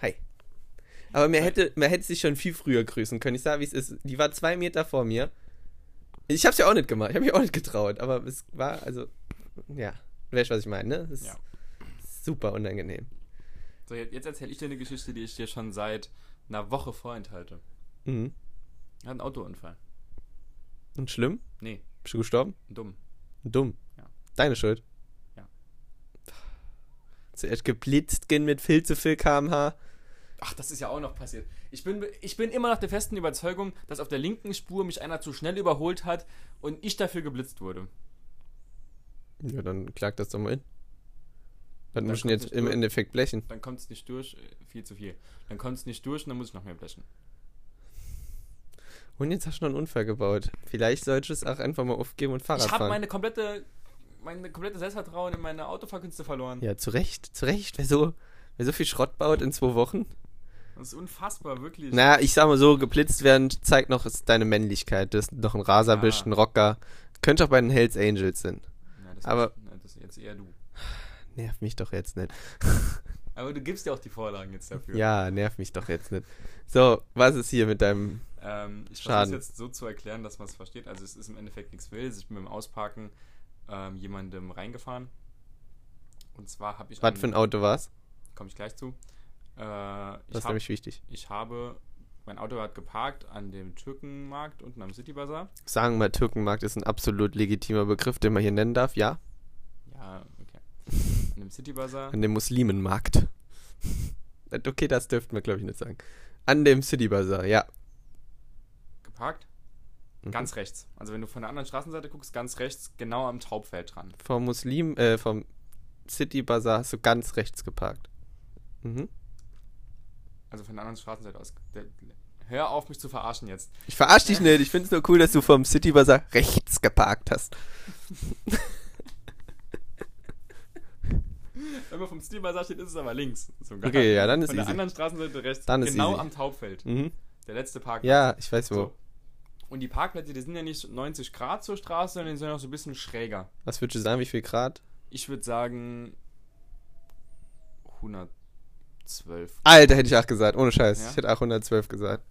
[SPEAKER 1] Hi. Aber man hätte, man hätte sich schon viel früher grüßen können. Ich sah, wie es ist. Die war zwei Meter vor mir. Ich hab's ja auch nicht gemacht. Ich hab mich auch nicht getraut. Aber es war, also, ja. Du weißt, was ich meine, ne? Das ist
[SPEAKER 2] Ja.
[SPEAKER 1] super unangenehm.
[SPEAKER 2] So, jetzt jetzt erzähle ich dir eine Geschichte, die ich dir schon seit einer Woche vorenthalte.
[SPEAKER 1] Mhm.
[SPEAKER 2] Ich hatte einen Autounfall.
[SPEAKER 1] Und schlimm?
[SPEAKER 2] Nee,
[SPEAKER 1] Bist du gestorben?
[SPEAKER 2] dumm.
[SPEAKER 1] Dumm.
[SPEAKER 2] Ja.
[SPEAKER 1] Deine Schuld.
[SPEAKER 2] Ja.
[SPEAKER 1] Zuerst geblitzt gehen mit viel zu viel kmh.
[SPEAKER 2] Ach, das ist ja auch noch passiert. Ich bin, ich bin immer noch der festen Überzeugung, dass auf der linken Spur mich einer zu schnell überholt hat und ich dafür geblitzt wurde.
[SPEAKER 1] Ja, dann klagt das doch mal in. Dann
[SPEAKER 2] Mhm. Dann
[SPEAKER 1] musst du ihn jetzt
[SPEAKER 2] kommt's nicht
[SPEAKER 1] im
[SPEAKER 2] durch.
[SPEAKER 1] Endeffekt blechen.
[SPEAKER 2] Dann kommt es nicht durch, äh, viel zu viel. Dann kommt es nicht durch und dann muss ich noch mehr blechen.
[SPEAKER 1] Und jetzt hast du noch einen Unfall gebaut. Vielleicht solltest du es auch einfach mal aufgeben und Fahrrad
[SPEAKER 2] Ich habe
[SPEAKER 1] fahren.
[SPEAKER 2] meine komplette, meine komplette Selbstvertrauen in meine Autofahrkünste verloren.
[SPEAKER 1] ja, zu Recht, zu Recht. Wer so, wer so viel Schrott baut in zwei Wochen.
[SPEAKER 2] Das ist unfassbar, wirklich.
[SPEAKER 1] Naja, ich sag mal so, geblitzt werden zeigt noch es- deine Männlichkeit. Du bist noch ein Raser
[SPEAKER 2] Ja.
[SPEAKER 1] bist, ein Rocker. Könnte auch bei den Hells Angels sein.
[SPEAKER 2] Na, das
[SPEAKER 1] aber-
[SPEAKER 2] ist, na, das ist jetzt eher du.
[SPEAKER 1] Nerv mich doch jetzt nicht.
[SPEAKER 2] Aber du gibst ja auch die Vorlagen jetzt dafür.
[SPEAKER 1] Ja, nerv mich doch jetzt nicht. So, was ist hier mit deinem...
[SPEAKER 2] Ähm, ich versuche es
[SPEAKER 1] Schaden.
[SPEAKER 2] jetzt so zu erklären, dass man es versteht. Also es ist im Endeffekt nichts Wildes. Ich bin beim Ausparken ähm, jemandem reingefahren. Und zwar habe ich...
[SPEAKER 1] Was für ein Auto war's?
[SPEAKER 2] Komme ich gleich zu. Äh,
[SPEAKER 1] Das
[SPEAKER 2] ich,
[SPEAKER 1] ist
[SPEAKER 2] hab,
[SPEAKER 1] nämlich wichtig.
[SPEAKER 2] ich habe... Mein Auto hat geparkt an dem Türkenmarkt unten am City Bazaar.
[SPEAKER 1] Sagen wir, Türkenmarkt ist ein absolut legitimer Begriff, den man hier nennen darf, ja?
[SPEAKER 2] Ja, okay. An dem City Bazaar.
[SPEAKER 1] An dem Muslimenmarkt. Okay, das dürften wir, glaube ich, nicht sagen. An dem City Bazaar, ja.
[SPEAKER 2] geparkt.
[SPEAKER 1] Mhm.
[SPEAKER 2] Ganz rechts. Also wenn du von der anderen Straßenseite guckst, ganz rechts, genau am Taubfeld dran.
[SPEAKER 1] Vom Muslim, äh, vom City Bazaar hast du ganz rechts geparkt. Mhm.
[SPEAKER 2] Also von der anderen Straßenseite aus. Der- Hör auf, mich zu verarschen jetzt.
[SPEAKER 1] Ich verarsch dich nicht, ich finde es nur cool, dass du vom City Bazaar rechts geparkt hast.
[SPEAKER 2] Wenn man vom Stil Bazaar steht, ist es aber links. So gar-
[SPEAKER 1] Okay, ja, dann ist
[SPEAKER 2] Von der
[SPEAKER 1] easy.
[SPEAKER 2] anderen Straßenseite rechts,
[SPEAKER 1] Dann ist
[SPEAKER 2] genau
[SPEAKER 1] easy.
[SPEAKER 2] am Taubfeld.
[SPEAKER 1] Mhm.
[SPEAKER 2] Der letzte Parkplatz.
[SPEAKER 1] Ja, ich weiß wo.
[SPEAKER 2] So. Und die Parkplätze, die sind ja nicht 90 Grad zur Straße, sondern die sind auch so ein bisschen schräger.
[SPEAKER 1] Was würdest du sagen, wie viel Grad?
[SPEAKER 2] Ich würde sagen 112.
[SPEAKER 1] Alter, hätte ich auch gesagt, ohne Scheiß.
[SPEAKER 2] Ja?
[SPEAKER 1] Ich hätte auch 112 gesagt.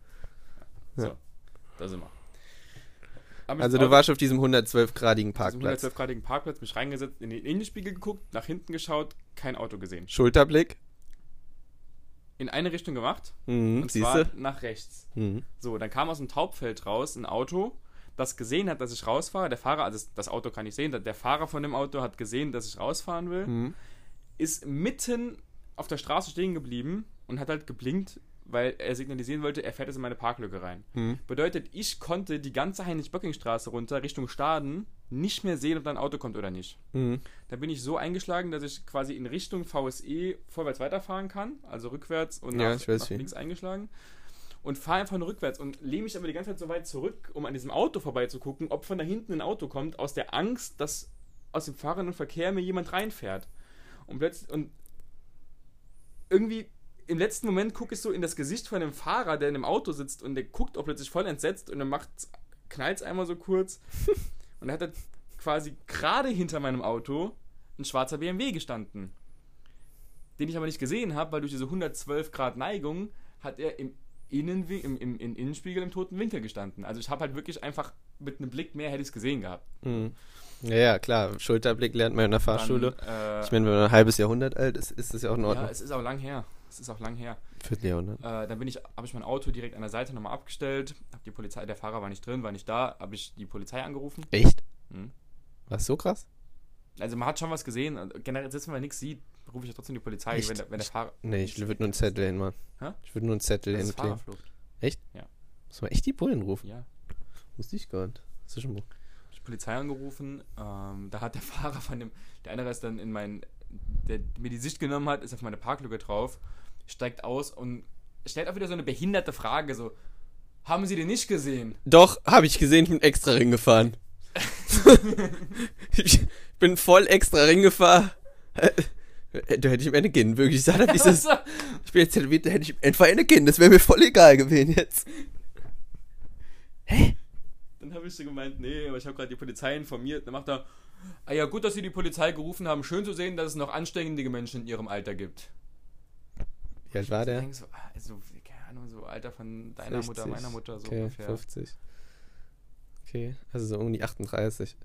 [SPEAKER 1] Ja.
[SPEAKER 2] So, da sind wir. Hab mich
[SPEAKER 1] Also
[SPEAKER 2] ins
[SPEAKER 1] du warst auf diesem 112-gradigen
[SPEAKER 2] Parkplatz.
[SPEAKER 1] Parkplatz.
[SPEAKER 2] 112-gradigen Parkplatz, mich reingesetzt, in den Innenspiegel geguckt, nach hinten geschaut, kein Auto gesehen.
[SPEAKER 1] Schulterblick.
[SPEAKER 2] In eine Richtung gemacht,
[SPEAKER 1] Mhm,
[SPEAKER 2] und zwar
[SPEAKER 1] siehste?
[SPEAKER 2] nach rechts.
[SPEAKER 1] Mhm.
[SPEAKER 2] So, dann kam aus dem Taubfeld raus ein Auto, das gesehen hat, dass ich rausfahre. Der Fahrer, also das Auto kann ich sehen, der Fahrer von dem Auto hat gesehen, dass ich rausfahren will,
[SPEAKER 1] Mhm.
[SPEAKER 2] ist mitten auf der Straße stehen geblieben und hat halt geblinkt, weil er signalisieren wollte, er fährt jetzt in meine Parklücke rein.
[SPEAKER 1] Mhm.
[SPEAKER 2] Bedeutet, ich konnte die ganze Heinrich-Böcking-Straße runter Richtung Staden nicht mehr sehen, ob da ein Auto kommt oder nicht.
[SPEAKER 1] Mhm.
[SPEAKER 2] Da bin ich so eingeschlagen, dass ich quasi in Richtung VSE vorwärts weiterfahren kann, also rückwärts und
[SPEAKER 1] Ja,
[SPEAKER 2] nach,
[SPEAKER 1] ich weiß
[SPEAKER 2] nach
[SPEAKER 1] wie.
[SPEAKER 2] links eingeschlagen. Und fahre einfach nur rückwärts und lehne mich aber die ganze Zeit so weit zurück, um an diesem Auto vorbeizugucken, ob von da hinten ein Auto kommt, aus der Angst, dass aus dem fahrenden Verkehr mir jemand reinfährt. Und plötzlich, und irgendwie im letzten Moment gucke ich so in das Gesicht von dem Fahrer, der in dem Auto sitzt und der guckt auch plötzlich voll entsetzt und dann macht knallt einmal so kurz und dann hat er quasi gerade hinter meinem Auto ein schwarzer BMW gestanden, den ich aber nicht gesehen habe, weil durch diese 112 Grad Neigung hat er im Innenwinkel, im, im, im Innenspiegel im toten Winkel gestanden. Also ich habe halt wirklich einfach mit einem Blick mehr hätte ich es gesehen gehabt.
[SPEAKER 1] Hm. Ja, ja, klar. Schulterblick lernt man in der Fahrschule.
[SPEAKER 2] Dann, äh,
[SPEAKER 1] ich meine, wenn man ein halbes Jahrhundert alt ist, ist das ja auch in Ordnung.
[SPEAKER 2] ja, es ist auch lang her. Es ist auch lang her.
[SPEAKER 1] Vierteljahrhundert.
[SPEAKER 2] Äh, dann bin ich, habe ich mein Auto direkt an der Seite nochmal abgestellt. Hab die Polizei, der Fahrer war nicht drin, war nicht da. Habe ich die Polizei angerufen.
[SPEAKER 1] Echt?
[SPEAKER 2] Hm.
[SPEAKER 1] Mhm. Was so krass?
[SPEAKER 2] Also man hat schon was gesehen. Also Generell, selbst wenn man nichts sieht, rufe ich ja trotzdem die Polizei,
[SPEAKER 1] Echt?
[SPEAKER 2] wenn der, wenn der Fahrer.
[SPEAKER 1] Nee, ich würde nur einen Zettel hinmachen.
[SPEAKER 2] Hä?
[SPEAKER 1] Ich würde nur einen Zettel
[SPEAKER 2] Das ist
[SPEAKER 1] hinkleben.
[SPEAKER 2] Fahrerflucht.
[SPEAKER 1] Muss man echt die Bullen rufen?
[SPEAKER 2] Ja.
[SPEAKER 1] Wusste ich gar nicht. Das ist schon gut.
[SPEAKER 2] die Polizei angerufen. Ähm, da hat der Fahrer von dem, der andere ist dann in mein, der mir die Sicht genommen hat, ist auf meine Parklücke drauf, steigt aus und stellt auch wieder so eine behinderte Frage, so, haben Sie den nicht gesehen?
[SPEAKER 1] Doch, habe ich gesehen, ich bin extra Ring gefahren. ich bin voll extra Ring gefahren. Äh, äh, Da hätte ich am Ende gehen, wirklich. Ich, sag, das ist das, ich bin jetzt tätowiert, da hätte ich einfach Ende gehen. Das wäre mir voll egal gewesen jetzt.
[SPEAKER 2] Dann habe ich so gemeint, nee, aber ich habe gerade die Polizei informiert. Dann macht er, ah ja, gut, dass Sie die Polizei gerufen haben. Schön zu sehen, dass es noch anständige Menschen in Ihrem Alter gibt.
[SPEAKER 1] Wie alt war
[SPEAKER 2] Ich
[SPEAKER 1] der?
[SPEAKER 2] denk so, ah, also, keine Ahnung, so Alter von deiner Mutter,
[SPEAKER 1] 60.
[SPEAKER 2] meiner Mutter, so
[SPEAKER 1] okay,
[SPEAKER 2] ungefähr.
[SPEAKER 1] 50. Okay, also so um die 38.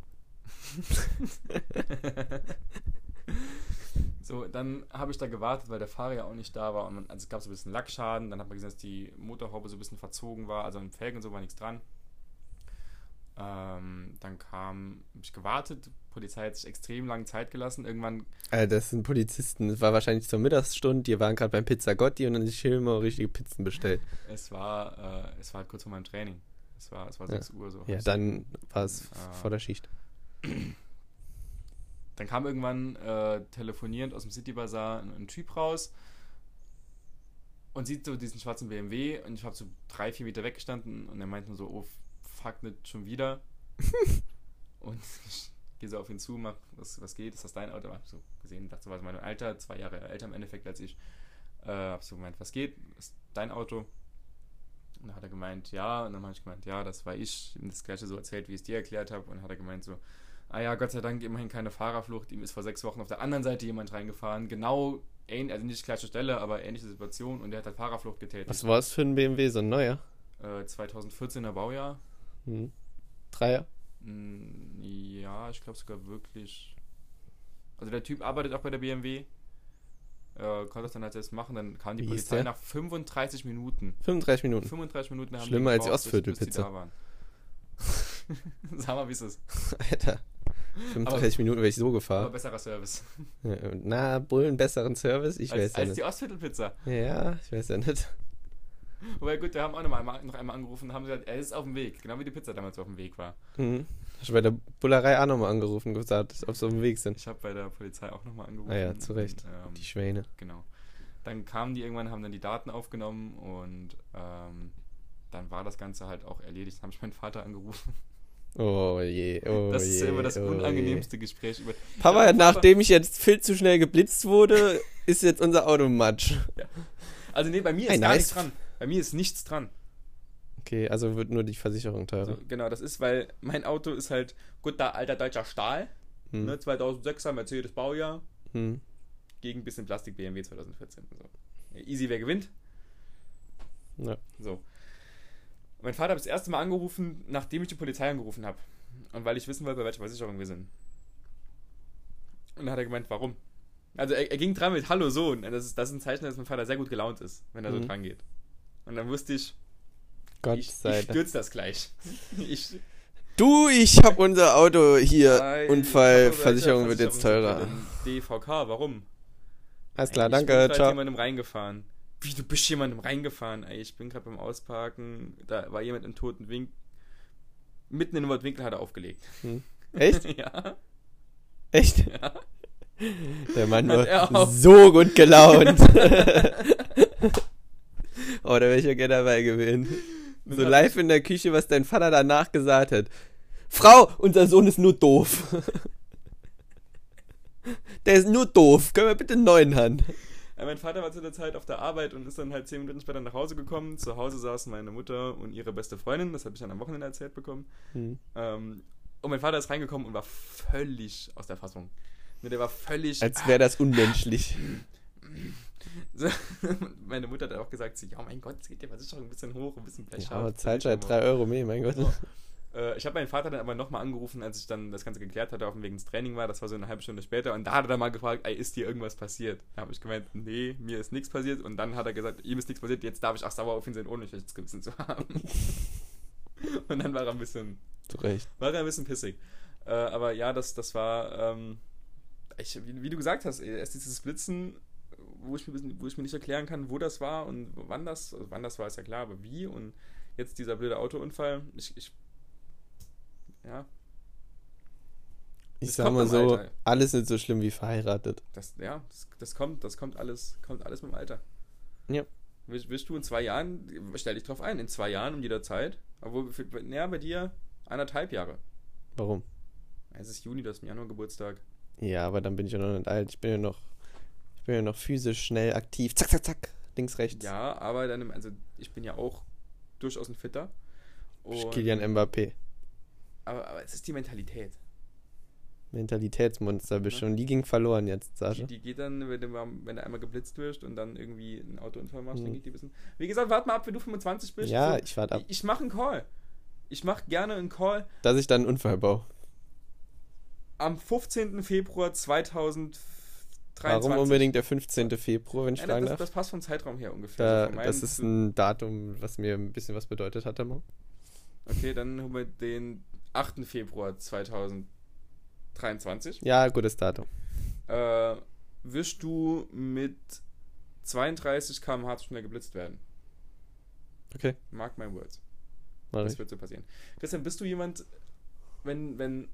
[SPEAKER 2] So, dann habe ich da gewartet, weil der Fahrer ja auch nicht da war. Und man, also es gab so ein bisschen Lackschaden. Dann hat man gesehen, dass die Motorhaube so ein bisschen verzogen war. Also an den Felgen und so war nichts dran. Ähm, dann kam, habe ich gewartet. Die Polizei hat sich extrem lange Zeit gelassen. Irgendwann,
[SPEAKER 1] Äh, das sind Polizisten. Das war wahrscheinlich zur Mittagsstunde. Die waren gerade beim Pizzagotti und dann sich immer richtige Pizzen bestellt.
[SPEAKER 2] es war, äh, es war halt kurz vor meinem Training. Es war, es war
[SPEAKER 1] Ja.
[SPEAKER 2] 6 Uhr so.
[SPEAKER 1] Ja, dann war es f-
[SPEAKER 2] Ah.
[SPEAKER 1] vor der Schicht.
[SPEAKER 2] Dann kam irgendwann äh, telefonierend aus dem City Bazaar ein, ein Typ raus und sieht so diesen schwarzen BMW und ich habe so drei, vier Meter weggestanden und er meint nur so, oh fuck, nicht schon wieder. und ich gehe so auf ihn zu, mach, was, was geht, ist das dein Auto? Hab so gesehen, dachte so, was mein Alter, zwei Jahre älter im Endeffekt als ich. Äh, hab so gemeint, was geht, ist dein Auto? Und dann hat er gemeint, ja. Und dann habe ich gemeint, ja, das war ich. Ihm das gleiche so erzählt, wie ich es dir erklärt habe. Und dann hat er gemeint so, ah ja, Gott sei Dank immerhin keine Fahrerflucht. Ihm ist vor sechs Wochen auf der anderen Seite jemand reingefahren. Genau, ähn- also nicht gleiche Stelle, aber ähnliche Situation. Und der hat halt Fahrerflucht getätigt.
[SPEAKER 1] Was war es für ein BMW? So ein neuer?
[SPEAKER 2] Äh, 2014er Baujahr.
[SPEAKER 1] Hm. Dreier?
[SPEAKER 2] Mm, Ja, ich glaube sogar wirklich. Also der Typ arbeitet auch bei der BMW. Äh, konnte das dann halt selbst machen. Dann kam die
[SPEAKER 1] Wie hieß
[SPEAKER 2] Polizei
[SPEAKER 1] der?
[SPEAKER 2] nach 35 Minuten.
[SPEAKER 1] 35 Minuten.
[SPEAKER 2] 35 Minuten haben
[SPEAKER 1] Schlimmer als die
[SPEAKER 2] gebraucht, bis- bis die
[SPEAKER 1] Ostviertelpizza.
[SPEAKER 2] da waren. Sag mal, wie es ist.
[SPEAKER 1] Alter. 35 Minuten wäre ich so
[SPEAKER 2] Aber
[SPEAKER 1] gefahren.
[SPEAKER 2] besserer Service.
[SPEAKER 1] Ja, Na, Bullen, besseren Service? Ich
[SPEAKER 2] als
[SPEAKER 1] weiß ja
[SPEAKER 2] als
[SPEAKER 1] nicht.
[SPEAKER 2] die Ostviertelpizza.
[SPEAKER 1] Ja, ich weiß ja nicht.
[SPEAKER 2] Wobei gut, wir haben auch noch einmal, noch einmal angerufen und haben gesagt, er ist auf dem Weg. Genau wie die Pizza damals auf dem Weg war.
[SPEAKER 1] Hm. Hast du bei der Bullerei auch nochmal angerufen und gesagt, ob sie auf dem Weg sind?
[SPEAKER 2] Ich habe bei der Polizei auch nochmal angerufen.
[SPEAKER 1] Ah ja, zu Recht.
[SPEAKER 2] Ähm,
[SPEAKER 1] Die Schwäne.
[SPEAKER 2] Genau. Dann kamen die irgendwann, haben dann die Daten aufgenommen und ähm, dann war das Ganze halt auch erledigt. Dann habe ich meinen Vater angerufen.
[SPEAKER 1] Oh je, oh
[SPEAKER 2] das
[SPEAKER 1] je.
[SPEAKER 2] ist ja immer das
[SPEAKER 1] oh je.
[SPEAKER 2] unangenehmste Gespräch. Über
[SPEAKER 1] Papa,
[SPEAKER 2] Ja, Papa.
[SPEAKER 1] nachdem ich jetzt viel zu schnell geblitzt wurde, ist jetzt unser Auto matsch.
[SPEAKER 2] also nee, bei mir ist
[SPEAKER 1] Hey,
[SPEAKER 2] gar
[SPEAKER 1] nice.
[SPEAKER 2] nichts dran. Bei mir ist nichts dran.
[SPEAKER 1] Okay, also wird nur die Versicherung teurer.
[SPEAKER 2] Also, genau, das ist, weil mein Auto ist halt gut da alter deutscher Stahl.
[SPEAKER 1] Hm.
[SPEAKER 2] Ne, 2006er Mercedes Baujahr
[SPEAKER 1] Hm.
[SPEAKER 2] gegen ein bisschen Plastik BMW 2014. So. Easy, wer gewinnt.
[SPEAKER 1] Ja.
[SPEAKER 2] So. Mein Vater hat das erste Mal angerufen, nachdem ich die Polizei angerufen habe. Und weil ich wissen wollte, bei welcher Versicherung wir sind. Und dann hat er gemeint, warum? Also er, er ging dran mit Hallo Sohn. Und das ist, das ist ein Zeichen, dass mein Vater sehr gut gelaunt ist, wenn er so
[SPEAKER 1] Mhm.
[SPEAKER 2] dran geht. Und dann wusste ich,
[SPEAKER 1] Gott
[SPEAKER 2] ich,
[SPEAKER 1] sei
[SPEAKER 2] ich
[SPEAKER 1] Dank.
[SPEAKER 2] stürze das gleich. Ich,
[SPEAKER 1] Du, ich hab unser Auto hier.
[SPEAKER 2] Ei,
[SPEAKER 1] Unfallversicherung wird jetzt
[SPEAKER 2] Versicherung
[SPEAKER 1] teurer.
[SPEAKER 2] sind wir denn? DVK, warum?
[SPEAKER 1] Alles klar,
[SPEAKER 2] Ey, Ich bin
[SPEAKER 1] danke,
[SPEAKER 2] grad
[SPEAKER 1] ciao.
[SPEAKER 2] jemandem reingefahren. Wie, du bist jemandem reingefahren? Ey, ich bin gerade beim Ausparken, da war jemand im toten Winkel. Mitten in dem Wort Winkel hat er aufgelegt.
[SPEAKER 1] Echt?
[SPEAKER 2] ja.
[SPEAKER 1] Echt? Der Mann
[SPEAKER 2] Hat er
[SPEAKER 1] war
[SPEAKER 2] auch.
[SPEAKER 1] so gut gelaunt. oh, da wäre ich ja gerne dabei gewesen. So
[SPEAKER 2] hat-
[SPEAKER 1] live in der Küche, was dein Vater danach gesagt hat. Frau, unser Sohn ist nur doof. Der ist nur doof. Können wir bitte einen neuen haben?
[SPEAKER 2] Ja, mein Vater war zu der Zeit auf der Arbeit und ist dann halt zehn Minuten später nach Hause gekommen. Zu Hause saßen meine Mutter und ihre beste Freundin, das habe ich dann am Wochenende erzählt bekommen.
[SPEAKER 1] Hm.
[SPEAKER 2] Ähm, und mein Vater ist reingekommen und war völlig aus der Fassung. Ne, Der war völlig.
[SPEAKER 1] Als wäre das unmenschlich.
[SPEAKER 2] Ah, So, meine Mutter hat auch gesagt, sie, ja mein Gott, es geht die Versicherung ein bisschen hoch, ein bisschen
[SPEAKER 1] Ja,
[SPEAKER 2] Blech.
[SPEAKER 1] aber zahlt halt 3 Euro mehr, mein Gott.
[SPEAKER 2] Äh, ich habe meinen Vater dann aber nochmal angerufen, als ich dann das Ganze geklärt hatte, auf dem Weg ins Training war. Das war so eine halbe Stunde später. Und da hat er dann mal gefragt, ey, ist dir irgendwas passiert? Da habe ich gemeint, nee, mir ist nichts passiert. Und dann hat er gesagt, ihm ist nichts passiert, jetzt darf ich auch sauer auf ihn sein, ohne ein schlechtes Gewissen zu haben. und dann war er ein bisschen,
[SPEAKER 1] Zu Recht.
[SPEAKER 2] war er ein bisschen pissig. Äh, aber ja, das, das war, ähm, ich, wie, wie du gesagt hast, ey, erst dieses Blitzen, wo ich, mir, ein bisschen- wo ich mir nicht erklären kann, wo das war und wann das, also wann das war, ist ja klar, aber wie und jetzt dieser blöde Autounfall, ich, ich ja,
[SPEAKER 1] Ich
[SPEAKER 2] Das
[SPEAKER 1] sag
[SPEAKER 2] kommt
[SPEAKER 1] mal
[SPEAKER 2] im
[SPEAKER 1] so,
[SPEAKER 2] Alter.
[SPEAKER 1] alles nicht so schlimm wie verheiratet.
[SPEAKER 2] das, ja, das, das kommt, das kommt alles, kommt alles mit dem Alter.
[SPEAKER 1] Ja.
[SPEAKER 2] Willst, willst du in zwei Jahren, stell dich drauf ein, in zwei Jahren um jeder Zeit, obwohl, für- naja, bei dir anderthalb Jahre.
[SPEAKER 1] Warum?
[SPEAKER 2] Es ist Juni, du hast im Januar Geburtstag.
[SPEAKER 1] Ja, aber dann bin ich ja noch nicht alt. Ich bin ja noch, ich bin ja noch physisch schnell aktiv. Zack, zack, zack. Links, rechts.
[SPEAKER 2] Ja, aber dann, also ich bin ja auch durchaus ein Fitter. Und,
[SPEAKER 1] Kilian Mbappé.
[SPEAKER 2] aber, aber es ist die Mentalität.
[SPEAKER 1] Mentalitätsmonster bist
[SPEAKER 2] Ja.
[SPEAKER 1] schon. Die ging verloren jetzt,
[SPEAKER 2] Die,
[SPEAKER 1] Sascha.
[SPEAKER 2] Ne? die geht dann, wenn du, mal, wenn du einmal geblitzt wirst und dann irgendwie einen Autounfall machst, dann
[SPEAKER 1] Mhm.
[SPEAKER 2] geht die ein bisschen. Wie gesagt, warte mal ab, wenn du 25 bist.
[SPEAKER 1] Ja,
[SPEAKER 2] so.
[SPEAKER 1] ich warte ab.
[SPEAKER 2] ich, ich mache einen Call. Ich mache gerne einen Call
[SPEAKER 1] Dass ich dann einen Unfall baue.
[SPEAKER 2] am 15. Februar 2023.
[SPEAKER 1] Warum unbedingt der 15. Februar, wenn ich
[SPEAKER 2] Nein,
[SPEAKER 1] fragen
[SPEAKER 2] das,
[SPEAKER 1] darf?
[SPEAKER 2] das passt vom Zeitraum her ungefähr.
[SPEAKER 1] Da,
[SPEAKER 2] Also von meinem
[SPEAKER 1] das ist
[SPEAKER 2] zu-
[SPEAKER 1] ein Datum, was mir ein bisschen was bedeutet hat. Immer.
[SPEAKER 2] okay, dann haben wir den 8. Februar 2023.
[SPEAKER 1] Ja, gutes Datum.
[SPEAKER 2] Äh, wirst du mit 32 km/h zu schnell geblitzt werden.
[SPEAKER 1] Okay,
[SPEAKER 2] Mark my words.
[SPEAKER 1] mach
[SPEAKER 2] Das
[SPEAKER 1] ich.
[SPEAKER 2] wird so passieren. Christian, bist du jemand, wenn, wenn,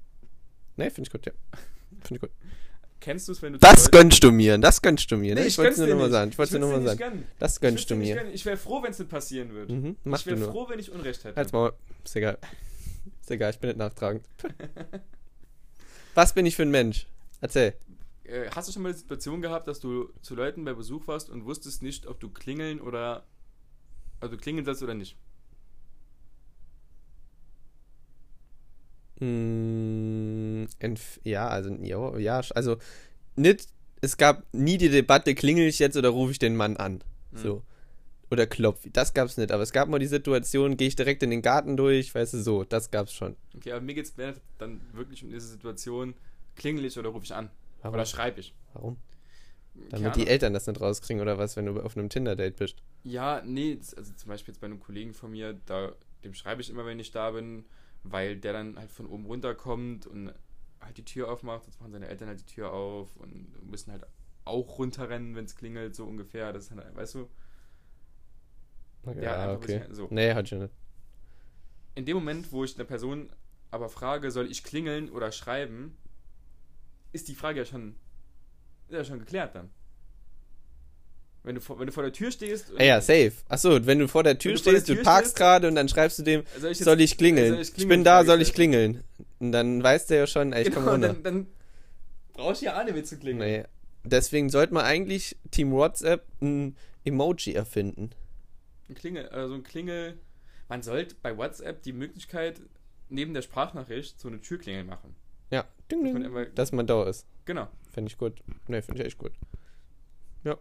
[SPEAKER 1] Nee, finde ich gut, ja. Finde ich gut.
[SPEAKER 2] kennst du es, wenn du. zu
[SPEAKER 1] Das
[SPEAKER 2] Leuten-
[SPEAKER 1] gönnst du mir, das gönnst du mir. Ne?
[SPEAKER 2] Nee,
[SPEAKER 1] ich wollte es
[SPEAKER 2] gönn's
[SPEAKER 1] nur
[SPEAKER 2] dir
[SPEAKER 1] nochmal
[SPEAKER 2] nicht.
[SPEAKER 1] sagen. Ich wollte es
[SPEAKER 2] würd's
[SPEAKER 1] nur
[SPEAKER 2] dir
[SPEAKER 1] nochmal
[SPEAKER 2] nicht
[SPEAKER 1] sagen.
[SPEAKER 2] gönnen.
[SPEAKER 1] Das
[SPEAKER 2] Ich würd's
[SPEAKER 1] gönnst du
[SPEAKER 2] dir nicht
[SPEAKER 1] mir.
[SPEAKER 2] gönnen. Ich wäre froh, wenn es nicht passieren würde.
[SPEAKER 1] Mhm. Mach
[SPEAKER 2] Ich
[SPEAKER 1] du
[SPEAKER 2] wäre
[SPEAKER 1] nur.
[SPEAKER 2] froh, wenn ich Unrecht hätte.
[SPEAKER 1] Halt's Maul. Ist egal. Ist egal, ich bin nicht nachtragend. Was bin ich für ein Mensch? Erzähl.
[SPEAKER 2] Äh, Hast du schon mal die Situation gehabt, dass du zu Leuten bei Besuch warst und wusstest nicht, ob du klingeln oder also du klingeln sollst oder nicht?
[SPEAKER 1] Mm, entf- ja, also, ja, ja, sch- also, nicht, es gab nie die Debatte, klingel ich jetzt oder rufe ich den Mann an? So. Oder klopf. Das gab's nicht, aber es gab mal die Situation, gehe ich direkt in den Garten durch, weißt du, so, das gab's schon.
[SPEAKER 2] Okay, aber mir geht es mehr dann wirklich um diese Situation, klingel ich oder rufe ich an?
[SPEAKER 1] Warum?
[SPEAKER 2] Oder schreibe ich?
[SPEAKER 1] Warum?
[SPEAKER 2] Keine
[SPEAKER 1] Damit die
[SPEAKER 2] Ahnung.
[SPEAKER 1] Eltern das nicht rauskriegen oder was, wenn du auf einem Tinder-Date bist.
[SPEAKER 2] Ja, nee, das- also zum Beispiel jetzt bei einem Kollegen von mir, da, dem schreibe ich immer, wenn ich da bin, weil der dann halt von oben runterkommt und halt die Tür aufmacht, sonst machen seine Eltern halt die Tür auf und müssen halt auch runterrennen, wenn es klingelt, so ungefähr. Das ist halt, weißt du, einfach ein bisschen so.
[SPEAKER 1] Nee, hat schon nicht.
[SPEAKER 2] in dem Moment, wo ich eine Person aber frage, soll ich klingeln oder schreiben, ist die Frage ja schon, ist ja schon geklärt dann. Wenn du, vor, wenn du vor der Tür stehst, und-
[SPEAKER 1] Ah ja, safe. Achso, wenn du vor der Tür
[SPEAKER 2] Wenn du vor der
[SPEAKER 1] stehst,
[SPEAKER 2] Tür
[SPEAKER 1] du parkst
[SPEAKER 2] stehst-
[SPEAKER 1] gerade und dann schreibst du dem,
[SPEAKER 2] soll ich jetzt
[SPEAKER 1] soll ich klingeln?
[SPEAKER 2] soll ich
[SPEAKER 1] Ich
[SPEAKER 2] klingeln?
[SPEAKER 1] bin da, soll ich
[SPEAKER 2] Fragezeichen.
[SPEAKER 1] klingeln? Und dann weiß der ja schon, ey, ich
[SPEAKER 2] Genau,
[SPEAKER 1] komme runter.
[SPEAKER 2] Dann, dann brauchst du ja auch nicht mehr zu klingeln.
[SPEAKER 1] Nee. Deswegen sollte man eigentlich Team WhatsApp ein Emoji erfinden.
[SPEAKER 2] Ein Klingel, also ein Klingel. Man sollte bei WhatsApp die Möglichkeit neben der Sprachnachricht so eine Türklingel machen.
[SPEAKER 1] Ja, ding,
[SPEAKER 2] Dass man
[SPEAKER 1] ding.
[SPEAKER 2] immer-
[SPEAKER 1] dass man da ist.
[SPEAKER 2] Genau.
[SPEAKER 1] Fände ich gut. Ne, finde ich echt gut. Ja.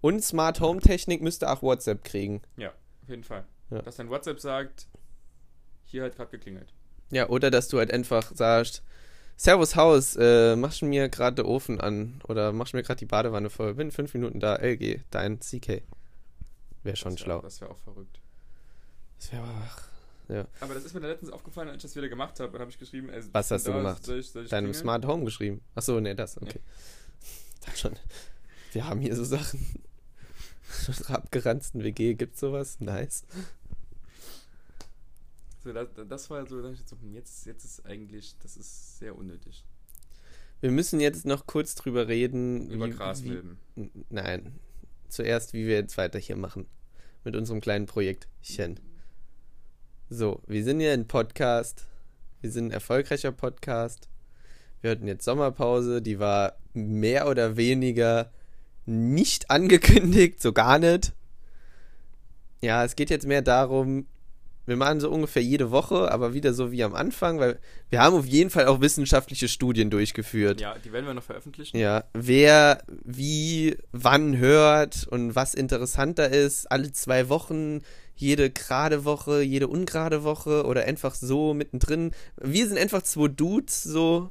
[SPEAKER 1] Und Smart Home Technik müsste auch WhatsApp kriegen.
[SPEAKER 2] Auf jeden Fall.
[SPEAKER 1] Ja.
[SPEAKER 2] Dass dann WhatsApp sagt, hier hat gerade geklingelt.
[SPEAKER 1] Ja, oder dass du halt einfach sagst, Servus Haus, äh, machst du mir gerade den Ofen an oder machst du mir gerade die Badewanne voll. Bin in fünf Minuten da, LG, dein CK. Wäre schon
[SPEAKER 2] das wär-
[SPEAKER 1] schlau.
[SPEAKER 2] Das wäre auch verrückt.
[SPEAKER 1] Das wäre
[SPEAKER 2] Aber das ist mir dann letztens aufgefallen, als ich das wieder gemacht habe. Dann habe ich geschrieben, also,
[SPEAKER 1] Was hast du
[SPEAKER 2] da
[SPEAKER 1] gemacht?
[SPEAKER 2] Soll ich, soll ich
[SPEAKER 1] deinem
[SPEAKER 2] klingeln?
[SPEAKER 1] Smart Home geschrieben. Achso, nee, das, okay. Sag schon. Wir haben hier so Sachen. Unsere abgeranzten WG, gibt's sowas? Nice.
[SPEAKER 2] So, das, das war so, da dachte ich so, hm, jetzt, jetzt ist eigentlich, das ist sehr unnötig.
[SPEAKER 1] Wir müssen jetzt noch kurz drüber reden.
[SPEAKER 2] Über
[SPEAKER 1] wie- wie,
[SPEAKER 2] Grasmilben.
[SPEAKER 1] Nein. Zuerst, wie wir jetzt weiter hier machen. Mit unserem kleinen Projektchen. So, wir sind ja ein Podcast. Wir sind ein erfolgreicher Podcast. Wir hatten jetzt Sommerpause, die war mehr oder weniger nicht angekündigt, so gar nicht. Ja, es geht jetzt mehr darum, wir machen so ungefähr jede Woche, aber wieder so wie am Anfang, weil wir haben auf jeden Fall auch wissenschaftliche Studien durchgeführt.
[SPEAKER 2] Ja, die werden wir noch veröffentlichen.
[SPEAKER 1] Ja, wer wie wann hört und was interessanter ist, alle zwei Wochen, jede gerade Woche, jede ungerade Woche oder einfach so mittendrin. Wir sind einfach zwei Dudes, so.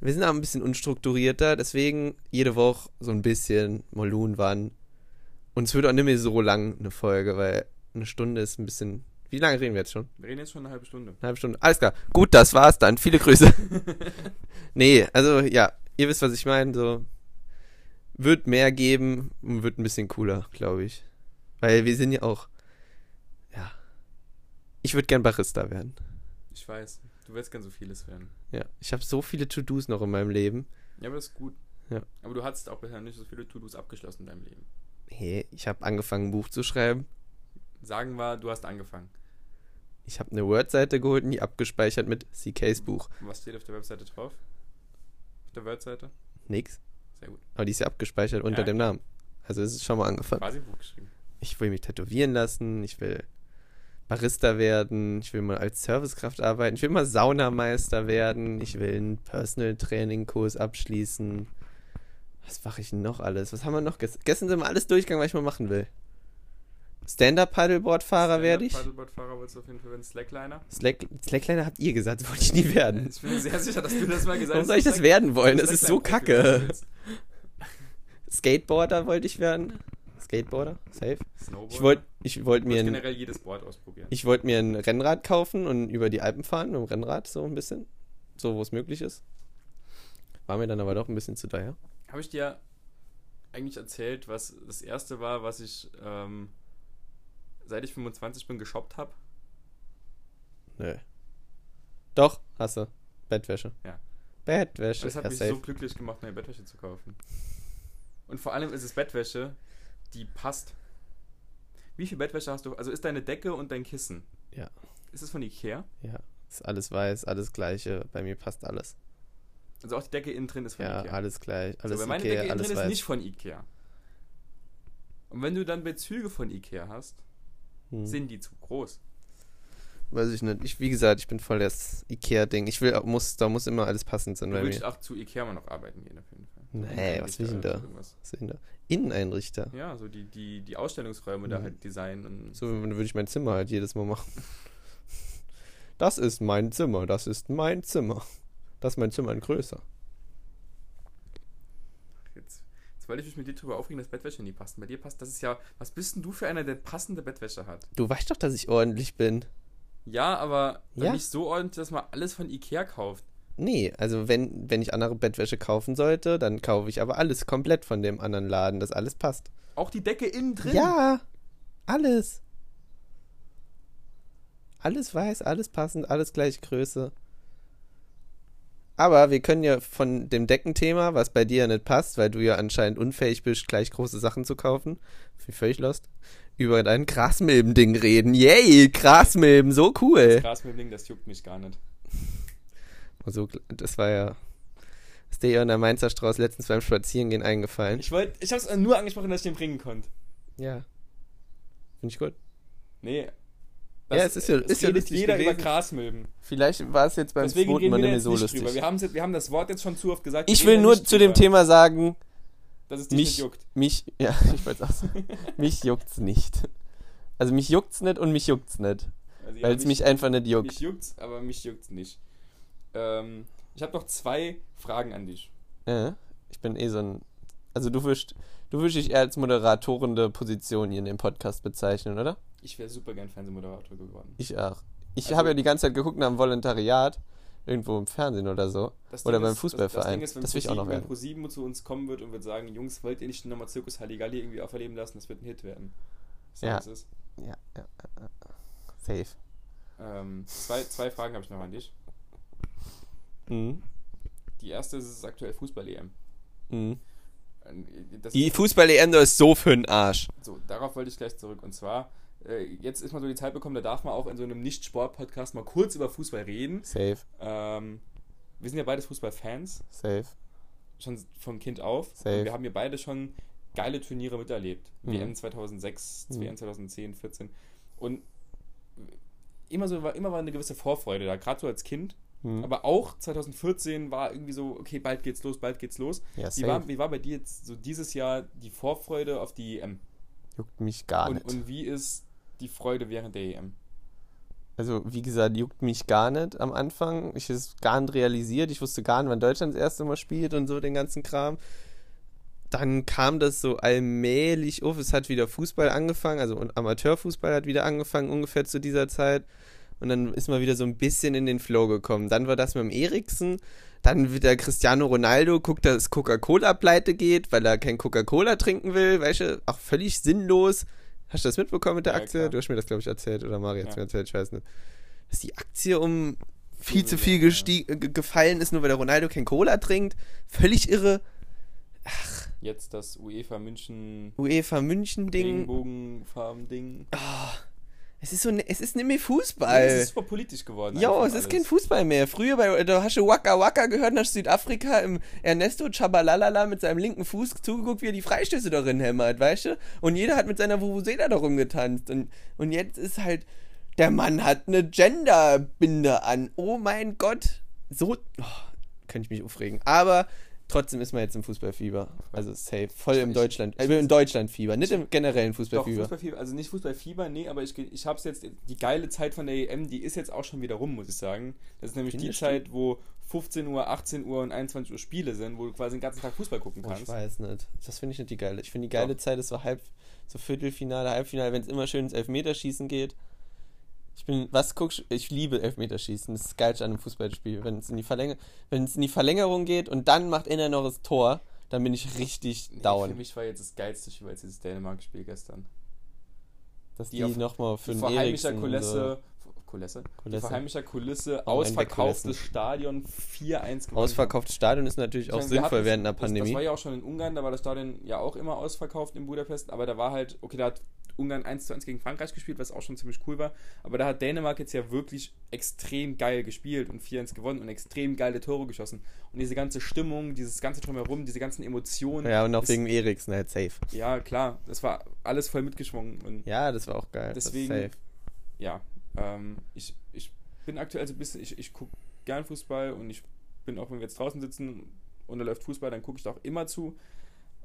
[SPEAKER 1] Wir sind aber ein bisschen unstrukturierter, deswegen jede Woche so ein bisschen Molun wann. Und es wird auch nicht mehr so lang eine Folge, weil eine Stunde ist ein bisschen. Wie lange reden wir jetzt schon?
[SPEAKER 2] Wir reden jetzt schon eine halbe Stunde.
[SPEAKER 1] Eine halbe Stunde. Alles klar. Gut, das war's dann. Viele Grüße. nee, also ja, ihr wisst, was ich meine. So wird mehr geben und wird ein bisschen cooler, glaube ich. Weil wir sind ja auch. Ja. Ich würde gern Barista werden.
[SPEAKER 2] Ich weiß, du willst gern so vieles werden.
[SPEAKER 1] Ja. Ich habe so viele To-Dos noch in meinem Leben.
[SPEAKER 2] Ja, aber das ist gut.
[SPEAKER 1] Ja.
[SPEAKER 2] Aber du hattest auch bisher nicht so viele To-Dos abgeschlossen in deinem Leben.
[SPEAKER 1] Hey, ich habe angefangen, ein Buch zu schreiben.
[SPEAKER 2] Sagen wir, du hast angefangen.
[SPEAKER 1] Ich habe eine Word-Seite geholt und die abgespeichert mit CKs Buch.
[SPEAKER 2] Und Was steht auf der Webseite drauf? Auf der Webseite?
[SPEAKER 1] Nix.
[SPEAKER 2] Sehr gut.
[SPEAKER 1] Aber die ist ja abgespeichert unter
[SPEAKER 2] Ja.
[SPEAKER 1] dem Namen. Also es ist schon mal angefangen.
[SPEAKER 2] Quasi ein Buch geschrieben.
[SPEAKER 1] ich will mich tätowieren lassen, ich will Barista werden, ich will mal als Servicekraft arbeiten, ich will mal Saunameister werden, ich will einen Personal Training Kurs abschließen. Was mache ich denn noch alles? Was haben wir noch? Ges gestern sind wir alles durchgegangen, was ich mal machen will. Stand-up Paddleboard Fahrer werde ich.
[SPEAKER 2] Paddleboard-Fahrer wolltest du auf jeden Fall werden. Slackliner.
[SPEAKER 1] Slack Slackliner habt ihr gesagt, das wollte ich nie werden.
[SPEAKER 2] Ich bin mir sehr sicher, dass du das mal gesagt hast.
[SPEAKER 1] Warum soll ich das
[SPEAKER 2] Slack-
[SPEAKER 1] werden wollen? Das
[SPEAKER 2] Slackline-
[SPEAKER 1] ist so
[SPEAKER 2] Slackline-
[SPEAKER 1] kacke. Skateboarder wollte ich werden. Skateboarder? Safe.
[SPEAKER 2] Snowboard.
[SPEAKER 1] Ich wollte ich wollt
[SPEAKER 2] Du
[SPEAKER 1] mir
[SPEAKER 2] musst
[SPEAKER 1] ein
[SPEAKER 2] generell jedes Board ausprobieren.
[SPEAKER 1] Ich wollte mir ein Rennrad kaufen und über die Alpen fahren mit dem Rennrad so ein bisschen. So, wo es möglich ist. War mir dann aber doch ein bisschen zu teuer.
[SPEAKER 2] Habe ich dir eigentlich erzählt, was das erste war, was ich ähm, seit ich 25 bin geshoppt habe?
[SPEAKER 1] Nö. Doch, hast du. Bettwäsche.
[SPEAKER 2] Ja.
[SPEAKER 1] Bettwäsche.
[SPEAKER 2] Das hat
[SPEAKER 1] ja,
[SPEAKER 2] mich
[SPEAKER 1] safe.
[SPEAKER 2] so glücklich gemacht, neue Bettwäsche zu kaufen. Und vor allem ist es Bettwäsche, die passt. Wie viel Bettwäsche hast du? Also ist deine Decke und dein Kissen?
[SPEAKER 1] Ja.
[SPEAKER 2] Ist es von Ikea?
[SPEAKER 1] ja. Ist alles weiß, alles gleiche. Bei mir passt alles.
[SPEAKER 2] Also auch die Decke innen drin ist von
[SPEAKER 1] Ja,
[SPEAKER 2] Ikea.
[SPEAKER 1] alles gleich. Alles
[SPEAKER 2] so, weil meine
[SPEAKER 1] okay,
[SPEAKER 2] Decke innen
[SPEAKER 1] alles
[SPEAKER 2] drin ist
[SPEAKER 1] weiß.
[SPEAKER 2] nicht von Ikea. Und wenn du dann Bezüge von Ikea hast,
[SPEAKER 1] Hm.
[SPEAKER 2] sind die zu groß.
[SPEAKER 1] Weiß ich nicht. Ich, wie gesagt, ich bin voll das Ikea-Ding. Ich will, auch- muss, da muss immer alles passend sein
[SPEAKER 2] Du
[SPEAKER 1] bei
[SPEAKER 2] willst
[SPEAKER 1] mir.
[SPEAKER 2] auch zu Ikea mal noch arbeiten gehen auf jeden Fall.
[SPEAKER 1] Nee, was will ich denn da?
[SPEAKER 2] Irgendwas.
[SPEAKER 1] Was sind da? Inneneinrichter.
[SPEAKER 2] Ja, so die, die, die Ausstellungsräume da
[SPEAKER 1] Mhm.
[SPEAKER 2] halt designen und
[SPEAKER 1] So dann würde ich mein Zimmer halt jedes Mal machen. Das ist mein Zimmer, das ist mein Zimmer. Das ist mein Zimmer in größer.
[SPEAKER 2] Jetzt, jetzt wollte ich mich mit dir drüber aufregen, dass Bettwäsche nie passt. Bei dir passt, das ist ja, was bist denn du für einer, der passende Bettwäsche hat?
[SPEAKER 1] Du weißt doch, dass ich ordentlich bin.
[SPEAKER 2] Ja, aber
[SPEAKER 1] Ja.
[SPEAKER 2] ja. nicht so ordentlich, dass man alles von Ikea kauft.
[SPEAKER 1] Nee, also wenn, wenn ich andere Bettwäsche kaufen sollte, dann kaufe ich aber alles komplett von dem anderen Laden, dass alles passt.
[SPEAKER 2] Auch die Decke innen drin.
[SPEAKER 1] Ja, alles. Alles weiß, alles passend, alles gleich Größe. Aber wir können ja von dem Deckenthema, was bei dir ja nicht passt, weil du ja anscheinend unfähig bist, gleich große Sachen zu kaufen, wie völlig lost, über dein Grasmilben-Ding reden. Yay, Grasmilben, so cool.
[SPEAKER 2] Krass mit dem Ding, das juckt mich gar nicht.
[SPEAKER 1] Also, das war ja, ist dir ja in der Mainzer Straße letztens beim Spazierengehen eingefallen.
[SPEAKER 2] Ich wollte, ich hab's nur angesprochen, dass ich den bringen konnte.
[SPEAKER 1] Ja. Finde ich gut.
[SPEAKER 2] Nee.
[SPEAKER 1] Ja, es ist ja- ist ja
[SPEAKER 2] redet
[SPEAKER 1] lustig
[SPEAKER 2] jeder über
[SPEAKER 1] gewesen.
[SPEAKER 2] Grasmilben.
[SPEAKER 1] Vielleicht war es jetzt beim
[SPEAKER 2] Deswegen
[SPEAKER 1] zweiten
[SPEAKER 2] reden
[SPEAKER 1] Mal
[SPEAKER 2] wir
[SPEAKER 1] nicht
[SPEAKER 2] da
[SPEAKER 1] mehr
[SPEAKER 2] jetzt
[SPEAKER 1] so
[SPEAKER 2] nicht
[SPEAKER 1] lustig.
[SPEAKER 2] drüber. Wir haben, wir haben das Wort jetzt schon zu oft gesagt. wir
[SPEAKER 1] Ich
[SPEAKER 2] reden
[SPEAKER 1] will
[SPEAKER 2] da
[SPEAKER 1] nur
[SPEAKER 2] nicht
[SPEAKER 1] zu dem
[SPEAKER 2] drüber,
[SPEAKER 1] Thema sagen,
[SPEAKER 2] dass es dich nicht
[SPEAKER 1] mich,
[SPEAKER 2] juckt.
[SPEAKER 1] mich, ja, ich wollte auch sagen, mich juckt's nicht. Also mich juckt's nicht und mich juckt's nicht,
[SPEAKER 2] Also, ja,
[SPEAKER 1] weil es mich einfach nicht juckt.
[SPEAKER 2] Mich juckt's, aber mich juckt's nicht. Ähm, ich habe noch zwei Fragen an dich.
[SPEAKER 1] Äh, ich bin eh so ein, also du wirst, du wirst dich eher als moderatorende Position hier in dem Podcast bezeichnen, oder?
[SPEAKER 2] Ich wäre super gern Fernsehmoderator geworden.
[SPEAKER 1] Ich auch. Ich
[SPEAKER 2] Also-
[SPEAKER 1] habe ja die ganze Zeit geguckt nach dem Volontariat, irgendwo im Fernsehen oder so.
[SPEAKER 2] Das
[SPEAKER 1] Oder
[SPEAKER 2] Ding
[SPEAKER 1] beim
[SPEAKER 2] ist- Das, das,
[SPEAKER 1] Fußballverein.
[SPEAKER 2] Ding ist, wenn
[SPEAKER 1] Das will ich auch
[SPEAKER 2] ProSieben-
[SPEAKER 1] noch werden.
[SPEAKER 2] Wenn ProSieben zu uns kommen wird und wird sagen, Jungs, wollt ihr nicht nochmal Zirkus Halligalli irgendwie auferleben lassen? Das wird ein Hit werden. So
[SPEAKER 1] Ja.
[SPEAKER 2] ist es.
[SPEAKER 1] Ja, ja, ja, ja. safe.
[SPEAKER 2] Ähm, zwei, zwei Fragen habe ich noch an dich.
[SPEAKER 1] Mhm.
[SPEAKER 2] Die erste ist, es ist aktuell Fußball-EM.
[SPEAKER 1] Mhm.
[SPEAKER 2] Ähm, das-
[SPEAKER 1] Die Fußball-EM ist so für den Arsch.
[SPEAKER 2] So, darauf wollte ich gleich zurück. Und zwar, äh, jetzt ist mal so die Zeit bekommen, da darf man auch in so einem Nicht-Sport-Podcast mal kurz über Fußball reden.
[SPEAKER 1] Safe,
[SPEAKER 2] Ähm, wir sind ja beides Fußballfans,
[SPEAKER 1] safe.
[SPEAKER 2] schon von Kind auf.
[SPEAKER 1] Safe.
[SPEAKER 2] Und wir haben ja beide schon geile Turniere miterlebt.
[SPEAKER 1] Mhm.
[SPEAKER 2] WM 2006,
[SPEAKER 1] Mhm.
[SPEAKER 2] WM 2010, 14. Und immer so, war, immer war eine gewisse Vorfreude da, gerade so als Kind.
[SPEAKER 1] Hm.
[SPEAKER 2] Aber auch 2014 war irgendwie so, okay, bald geht's los, bald geht's los.
[SPEAKER 1] Ja,
[SPEAKER 2] Wie
[SPEAKER 1] safe.
[SPEAKER 2] war, wie war bei dir jetzt so dieses Jahr die Vorfreude auf die EM?
[SPEAKER 1] Juckt mich gar
[SPEAKER 2] Und,
[SPEAKER 1] nicht.
[SPEAKER 2] und wie ist die Freude während der E EM?
[SPEAKER 1] Also, wie gesagt, juckt mich gar nicht am Anfang. Ich es gar nicht realisiert. Ich wusste gar nicht, wann Deutschland das erste Mal spielt und so den ganzen Kram. Dann kam das so allmählich auf. Es hat wieder Fußball angefangen, also und Amateurfußball hat wieder angefangen, ungefähr zu dieser Zeit. Und dann ist man wieder so ein bisschen in den Flow gekommen. Dann war das mit dem Eriksen. Dann wieder Cristiano Ronaldo guckt, dass Coca-Cola pleite geht, weil er kein Coca-Cola trinken will. Weißt du, auch völlig sinnlos. Hast du das mitbekommen mit der
[SPEAKER 2] Ja,
[SPEAKER 1] Aktie?
[SPEAKER 2] klar.
[SPEAKER 1] Du hast mir das, glaube ich, erzählt oder Mario hat es
[SPEAKER 2] Ja.
[SPEAKER 1] mir erzählt, ich weiß nicht. Dass die Aktie um viel zu
[SPEAKER 2] Milliarden,
[SPEAKER 1] viel
[SPEAKER 2] ja.
[SPEAKER 1] gestie- ge- gefallen ist, nur weil der Ronaldo kein Cola trinkt. Völlig irre.
[SPEAKER 2] Jetzt das UEFA München
[SPEAKER 1] UEFA München-Ding.
[SPEAKER 2] Regenbogenfarben-Ding.
[SPEAKER 1] Es ist so, ne- es ist nicht mehr Fußball.
[SPEAKER 2] Es ist super politisch geworden.
[SPEAKER 1] Jo,
[SPEAKER 2] einfach
[SPEAKER 1] es ist
[SPEAKER 2] alles.
[SPEAKER 1] kein Fußball mehr. Früher bei, da hast du Waka Waka gehört nach Südafrika im Ernesto Chabalalala mit seinem linken Fuß zugeguckt, wie er die Freistöße darin hämmert, weißt du? Und jeder hat mit seiner Vuvuzela da rumgetanzt. Und, und jetzt ist halt, der Mann hat eine Genderbinde an. Oh mein Gott. So, oh, könnte ich mich aufregen. Aber trotzdem ist man jetzt im Fußballfieber. Also safe. Voll im
[SPEAKER 2] Ich-
[SPEAKER 1] Deutschland,
[SPEAKER 2] ich-
[SPEAKER 1] äh, im Deutschlandfieber, nicht im generellen
[SPEAKER 2] Doch,
[SPEAKER 1] Fußballfieber.
[SPEAKER 2] Fußballfieber, also nicht Fußballfieber, nee, aber ich, ich hab's jetzt, die geile Zeit von der EM, die ist jetzt auch schon wieder rum, muss ich sagen. Das ist nämlich die
[SPEAKER 1] Findest du?
[SPEAKER 2] Zeit, wo 15 Uhr, 18 Uhr und 21 Uhr Spiele sind, wo du quasi den ganzen Tag Fußball gucken
[SPEAKER 1] Boah, Oh, ich
[SPEAKER 2] kannst.
[SPEAKER 1] weiß nicht. Das finde ich nicht die geile. Ich finde die geile
[SPEAKER 2] Doch.
[SPEAKER 1] Zeit ist so halb, so Viertelfinale, Halbfinale, wenn es immer schön ins Elfmeterschießen geht. Ich bin, was guckst Ich liebe Elfmeterschießen. Das ist geil an einem Fußballspiel. Wenn es in die Verlänger, wenn es in die Verlängerung geht und dann macht einer noch das Tor, dann bin ich richtig
[SPEAKER 2] Nee, Für
[SPEAKER 1] down.
[SPEAKER 2] mich war jetzt das geilste Spiel, als dieses Dänemark-Spiel gestern.
[SPEAKER 1] Dass
[SPEAKER 2] die
[SPEAKER 1] die,
[SPEAKER 2] auf-
[SPEAKER 1] nochmal für den
[SPEAKER 2] vor heimischer
[SPEAKER 1] Eriksen
[SPEAKER 2] Kulisse, Kulisse?
[SPEAKER 1] Kulisse.
[SPEAKER 2] vor heimischer Kulisse,
[SPEAKER 1] Warum eigentlich
[SPEAKER 2] ausverkauftes
[SPEAKER 1] Kulissen?
[SPEAKER 2] Stadion 4-1
[SPEAKER 1] so.
[SPEAKER 2] gewonnen.
[SPEAKER 1] Ausverkauftes Stadion ist natürlich
[SPEAKER 2] Ich
[SPEAKER 1] auch
[SPEAKER 2] meine, wir
[SPEAKER 1] sinnvoll
[SPEAKER 2] hatten-
[SPEAKER 1] während einer
[SPEAKER 2] Das, das war
[SPEAKER 1] Pandemie.
[SPEAKER 2] ja auch schon in Ungarn, da war das Stadion ja auch immer ausverkauft in Budapest, aber da war halt, okay, da hat Ungarn 1 zu 1 gegen Frankreich gespielt, was auch schon ziemlich cool war, aber da hat Dänemark jetzt ja wirklich extrem geil gespielt und 4-1 gewonnen und extrem geile Tore geschossen. Und diese ganze Stimmung, dieses ganze Drumherum, diese ganzen Emotionen.
[SPEAKER 1] Ja, und auch
[SPEAKER 2] das-
[SPEAKER 1] wegen Eriksen halt safe.
[SPEAKER 2] Ja, klar, das war alles voll mitgeschwungen und
[SPEAKER 1] Ja, das war auch geil. das ist
[SPEAKER 2] Deswegen-
[SPEAKER 1] safe.
[SPEAKER 2] ja, ähm, ich, ich bin aktuell so ein bisschen, ich, ich gucke gern Fußball und ich bin auch, wenn wir jetzt draußen sitzen und da läuft Fußball, dann gucke ich da auch immer zu.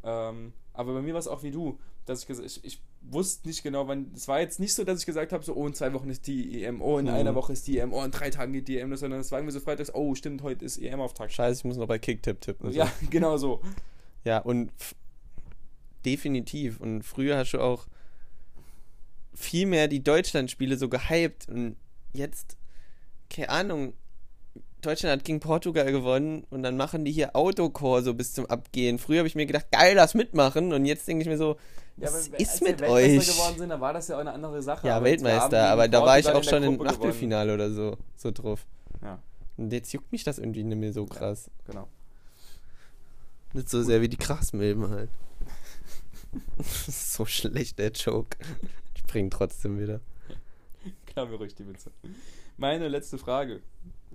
[SPEAKER 2] Ähm, aber bei mir war es auch wie du, dass ich gesagt ich, ich wusste nicht genau, wann. Es war jetzt nicht so, dass ich gesagt habe, so, oh, in zwei Wochen ist die EM, oh, in
[SPEAKER 1] Mhm.
[SPEAKER 2] einer Woche ist die EM, oh, in drei Tagen geht die EM, los, sondern es war irgendwie so freitags, oh, stimmt, heute ist EM-Auftakt.
[SPEAKER 1] Scheiße, ich muss noch bei Kicktipp tippen.
[SPEAKER 2] Ja, genau so.
[SPEAKER 1] Ja, und f- definitiv. Und früher hast du auch viel mehr die Deutschlandspiele so gehypt. Und jetzt, keine Ahnung, Deutschland hat gegen Portugal gewonnen und dann machen die hier Autokor so bis zum Abgehen. Früher habe ich mir gedacht, geil, das mitmachen. Und jetzt denke ich mir so,
[SPEAKER 2] Ja,
[SPEAKER 1] was
[SPEAKER 2] aber als
[SPEAKER 1] ist
[SPEAKER 2] wir
[SPEAKER 1] mit
[SPEAKER 2] Weltmeister
[SPEAKER 1] euch?
[SPEAKER 2] geworden sind, da war das ja auch eine andere Sache.
[SPEAKER 1] Ja,
[SPEAKER 2] aber jetzt, wir haben
[SPEAKER 1] Weltmeister, aber
[SPEAKER 2] gegen
[SPEAKER 1] da war ich
[SPEAKER 2] Portugal
[SPEAKER 1] auch schon
[SPEAKER 2] der
[SPEAKER 1] im
[SPEAKER 2] Gruppe gewonnen.
[SPEAKER 1] Achtelfinale oder so, so drauf.
[SPEAKER 2] Ja,
[SPEAKER 1] Und jetzt juckt mich das irgendwie nicht mehr so krass.
[SPEAKER 2] genau.
[SPEAKER 1] Nicht so sehr wie die Grasmilben halt. so schlecht der Joke. Ich bring trotzdem wieder.
[SPEAKER 2] Klar, mir ruhig die Witze. Meine letzte Frage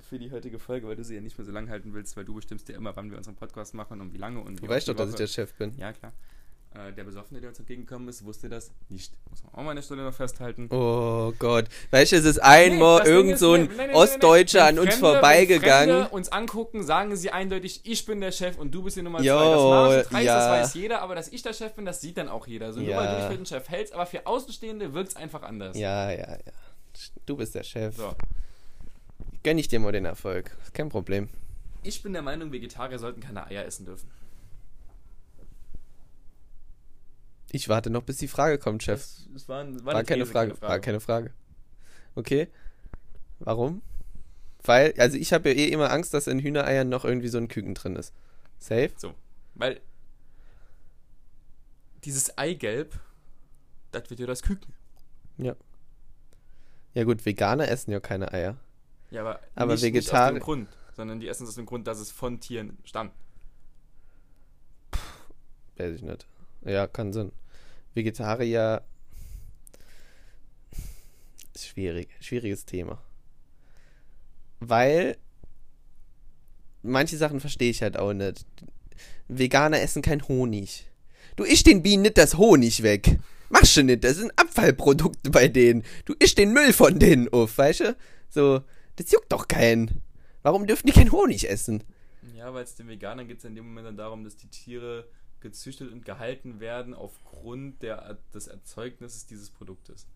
[SPEAKER 2] für die heutige Folge, weil du sie ja nicht mehr so lang halten willst, weil du bestimmst ja immer, wann wir unseren Podcast machen und wie lange und wie
[SPEAKER 1] Du
[SPEAKER 2] oft
[SPEAKER 1] weißt
[SPEAKER 2] die
[SPEAKER 1] doch, dass ich
[SPEAKER 2] Woche.
[SPEAKER 1] der Chef bin.
[SPEAKER 2] Ja, klar. Äh, der Besoffene, der uns entgegengekommen ist, wusste das nicht. Muss man auch mal an der Stelle noch festhalten.
[SPEAKER 1] Oh Gott. Weißt du, es ist einmal
[SPEAKER 2] das Ding
[SPEAKER 1] irgend
[SPEAKER 2] ist,
[SPEAKER 1] so
[SPEAKER 2] nee,
[SPEAKER 1] ein
[SPEAKER 2] nee, nee, nee, nee.
[SPEAKER 1] Ostdeutscher an
[SPEAKER 2] Wenn
[SPEAKER 1] uns
[SPEAKER 2] Fremde- wenn
[SPEAKER 1] vorbeigegangen.
[SPEAKER 2] Fremde uns angucken, sagen sie eindeutig, ich bin der Chef und du bist die Nummer zwei.
[SPEAKER 1] Jo,
[SPEAKER 2] das Nasenpreis, das
[SPEAKER 1] ja.
[SPEAKER 2] weiß jeder, aber dass ich der Chef bin, das sieht dann auch jeder. So, nur
[SPEAKER 1] Ja.
[SPEAKER 2] weil du dich für den Chef hältst, aber für Außenstehende wirkt es einfach anders.
[SPEAKER 1] Ja, ja, ja. Du bist der Chef.
[SPEAKER 2] So.
[SPEAKER 1] Gönn ich dir mal den Erfolg. Ist Kein Problem.
[SPEAKER 2] Ich bin der Meinung, Vegetarier sollten keine Eier essen dürfen.
[SPEAKER 1] Ich warte noch, bis die Frage kommt, Chef.
[SPEAKER 2] Das, das war, ein-
[SPEAKER 1] War,
[SPEAKER 2] eine
[SPEAKER 1] keine,
[SPEAKER 2] These,
[SPEAKER 1] Frage, War keine Frage. Okay. Warum? Weil, also ich habe ja eh immer Angst, dass in Hühnereiern noch irgendwie so ein Küken drin ist. Safe?
[SPEAKER 2] So, weil dieses Eigelb, das wird ja das Küken.
[SPEAKER 1] Ja gut, Veganer essen ja keine Eier.
[SPEAKER 2] Ja, aber,
[SPEAKER 1] Aber
[SPEAKER 2] nicht, nicht aus
[SPEAKER 1] Vegetari-
[SPEAKER 2] dem Grund, sondern die essen es aus dem Grund, dass es von Tieren stammt.
[SPEAKER 1] Weiß ich nicht. Ja, kann Sinn. Vegetarier ist schwierig. Schwieriges Thema. Weil manche Sachen verstehe ich halt auch nicht. Veganer essen kein Honig. Du isst den Bienen nicht das Honig weg. machst du nicht, das sind Abfallprodukte bei denen. Du isch den Müll von denen auf, weißt du? So, das juckt doch keinen. Warum dürfen die keinen Honig essen?
[SPEAKER 2] Ja, weil es den Veganern geht es in dem Moment dann darum, dass die Tiere gezüchtet und gehalten werden aufgrund der, des Erzeugnisses dieses Produktes.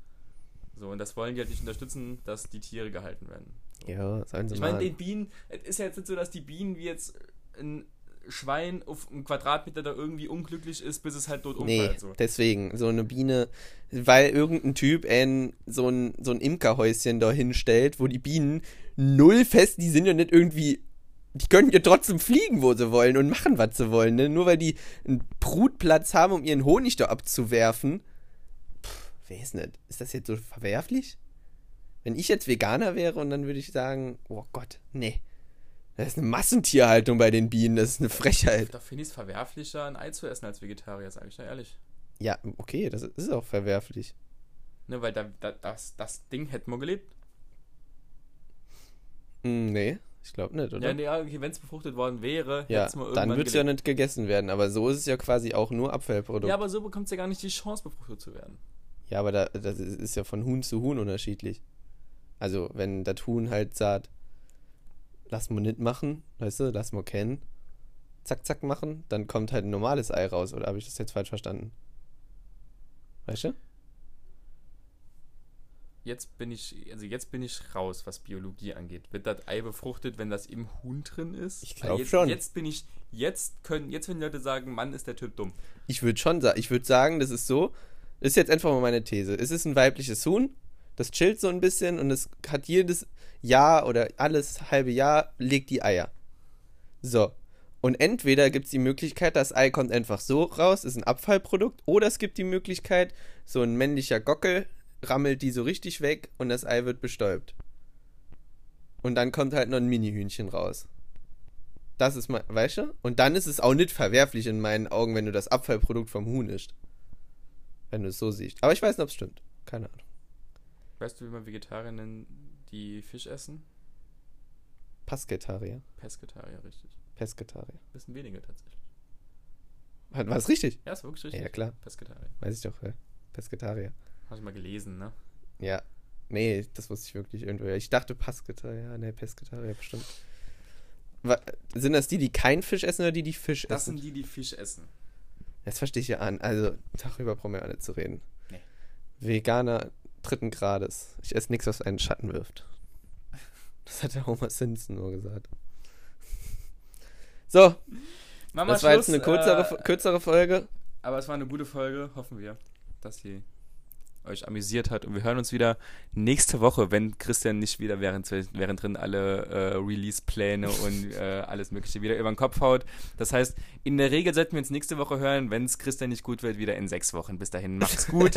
[SPEAKER 2] So, und das wollen die halt nicht unterstützen, dass die Tiere gehalten werden. So.
[SPEAKER 1] Ja, sollen sie
[SPEAKER 2] Ich
[SPEAKER 1] mal.
[SPEAKER 2] meine, den Bienen, es ist ja jetzt nicht so, dass die Bienen wie jetzt ein Schwein auf einem Quadratmeter da irgendwie unglücklich ist, bis es halt tot
[SPEAKER 1] Nee, Äh,
[SPEAKER 2] umfällt. So.
[SPEAKER 1] deswegen, so eine Biene, weil irgendein Typ ein, so, ein, so ein Imkerhäuschen da hinstellt, wo die Bienen null fest, die sind ja nicht irgendwie, die können ja trotzdem fliegen, wo sie wollen und machen, was sie wollen, ne? Nur weil die einen Brutplatz haben, um ihren Honig da abzuwerfen. Pff, weiß nicht, ist das jetzt so verwerflich? Wenn ich jetzt Veganer wäre und dann würde ich sagen, oh Gott, nee. Das ist eine Massentierhaltung bei den Bienen, das ist eine Frechheit.
[SPEAKER 2] Da finde ich es verwerflicher, ein Ei zu essen als Vegetarier, sage ich da ehrlich.
[SPEAKER 1] Ja, okay, das ist auch verwerflich.
[SPEAKER 2] Ne, weil da, da, das, das Ding hätten wir gelebt.
[SPEAKER 1] Mm, Nee, ich glaube nicht, oder?
[SPEAKER 2] Ja, nee, ja, okay, wenn es befruchtet worden wäre,
[SPEAKER 1] ja,
[SPEAKER 2] hätten wir irgendwann
[SPEAKER 1] dann wird es ja
[SPEAKER 2] gelebt.
[SPEAKER 1] nicht gegessen werden, aber so ist es ja quasi auch nur Abfallprodukt.
[SPEAKER 2] ja,
[SPEAKER 1] Ja,
[SPEAKER 2] aber so bekommt es ja gar nicht die Chance, befruchtet zu werden.
[SPEAKER 1] aber da, das ist ist ja von Huhn zu Huhn unterschiedlich. Also, wenn das Huhn halt sagt, lass mal nicht machen, weißt du, lass mal kennen, zack, zack machen, dann kommt halt ein normales Ei raus, oder habe ich das jetzt falsch verstanden? Weißt du?
[SPEAKER 2] Jetzt bin ich, also jetzt bin ich raus, was Biologie angeht. Wird das Ei befruchtet, wenn das im Huhn drin ist?
[SPEAKER 1] Ich
[SPEAKER 2] Weil
[SPEAKER 1] glaub
[SPEAKER 2] jetzt,
[SPEAKER 1] schon.
[SPEAKER 2] Jetzt bin ich, jetzt können, jetzt wenn die Leute sagen, Mann, ist der Typ dumm.
[SPEAKER 1] Ich würde schon sagen, ich würde sagen, das ist so, das ist jetzt einfach mal meine These. Es ist ein weibliches Huhn, das chillt so ein bisschen und es hat jedes Jahr oder alles halbe Jahr legt die Eier. So. Und entweder gibt es die Möglichkeit, das Ei kommt einfach so raus, ist ein Abfallprodukt, oder es gibt die Möglichkeit, so ein männlicher Gockel rammelt die so richtig weg und das Ei wird bestäubt. Und dann kommt halt noch ein Mini-Hühnchen raus. Das ist mein, weißt du? Und dann ist es auch nicht verwerflich in meinen Augen, wenn du das Abfallprodukt vom Huhn isst. Wenn du es so siehst. Aber ich weiß nicht, ob es stimmt. Keine Ahnung.
[SPEAKER 2] Weißt du, wie man Vegetarierinnen die Fisch essen?
[SPEAKER 1] Pasketarier.
[SPEAKER 2] Pesketarier, richtig.
[SPEAKER 1] Pesketarier.
[SPEAKER 2] Bisschen weniger tatsächlich.
[SPEAKER 1] War war es richtig?
[SPEAKER 2] Ja, ist wirklich
[SPEAKER 1] Ja,
[SPEAKER 2] richtig.
[SPEAKER 1] ja, klar.
[SPEAKER 2] Pesketarier.
[SPEAKER 1] Weiß ich doch. Ja. Pesketarier.
[SPEAKER 2] Habe ich mal gelesen, ne?
[SPEAKER 1] Ja. Nee, das wusste ich wirklich irgendwo. Ich dachte Pasketarier. Nee, Pesketarier bestimmt. Wa- Sind das die, die keinen Fisch essen oder die, die Fisch
[SPEAKER 2] Das
[SPEAKER 1] essen?
[SPEAKER 2] sind die, die Fisch essen.
[SPEAKER 1] Das verstehe ich ja an. Also, darüber brauchen wir ja nicht zu reden.
[SPEAKER 2] Nee.
[SPEAKER 1] Veganer dritten Grades. Ich esse nichts, was einen Schatten wirft. Das hat der Homer Simpson nur gesagt. So,
[SPEAKER 2] Mama,
[SPEAKER 1] das war jetzt
[SPEAKER 2] Schluss,
[SPEAKER 1] eine kürzere,
[SPEAKER 2] äh,
[SPEAKER 1] kürzere Folge.
[SPEAKER 2] Aber es war eine gute Folge, hoffen wir, dass sie euch amüsiert hat. Und wir hören uns wieder nächste Woche, wenn Christian nicht wieder während, während drin alle äh, Release-Pläne und äh, alles Mögliche wieder über den Kopf haut. Das heißt, in der Regel sollten wir uns nächste Woche hören, wenn es Christian nicht gut wird, wieder in sechs Wochen. Bis dahin, macht's gut.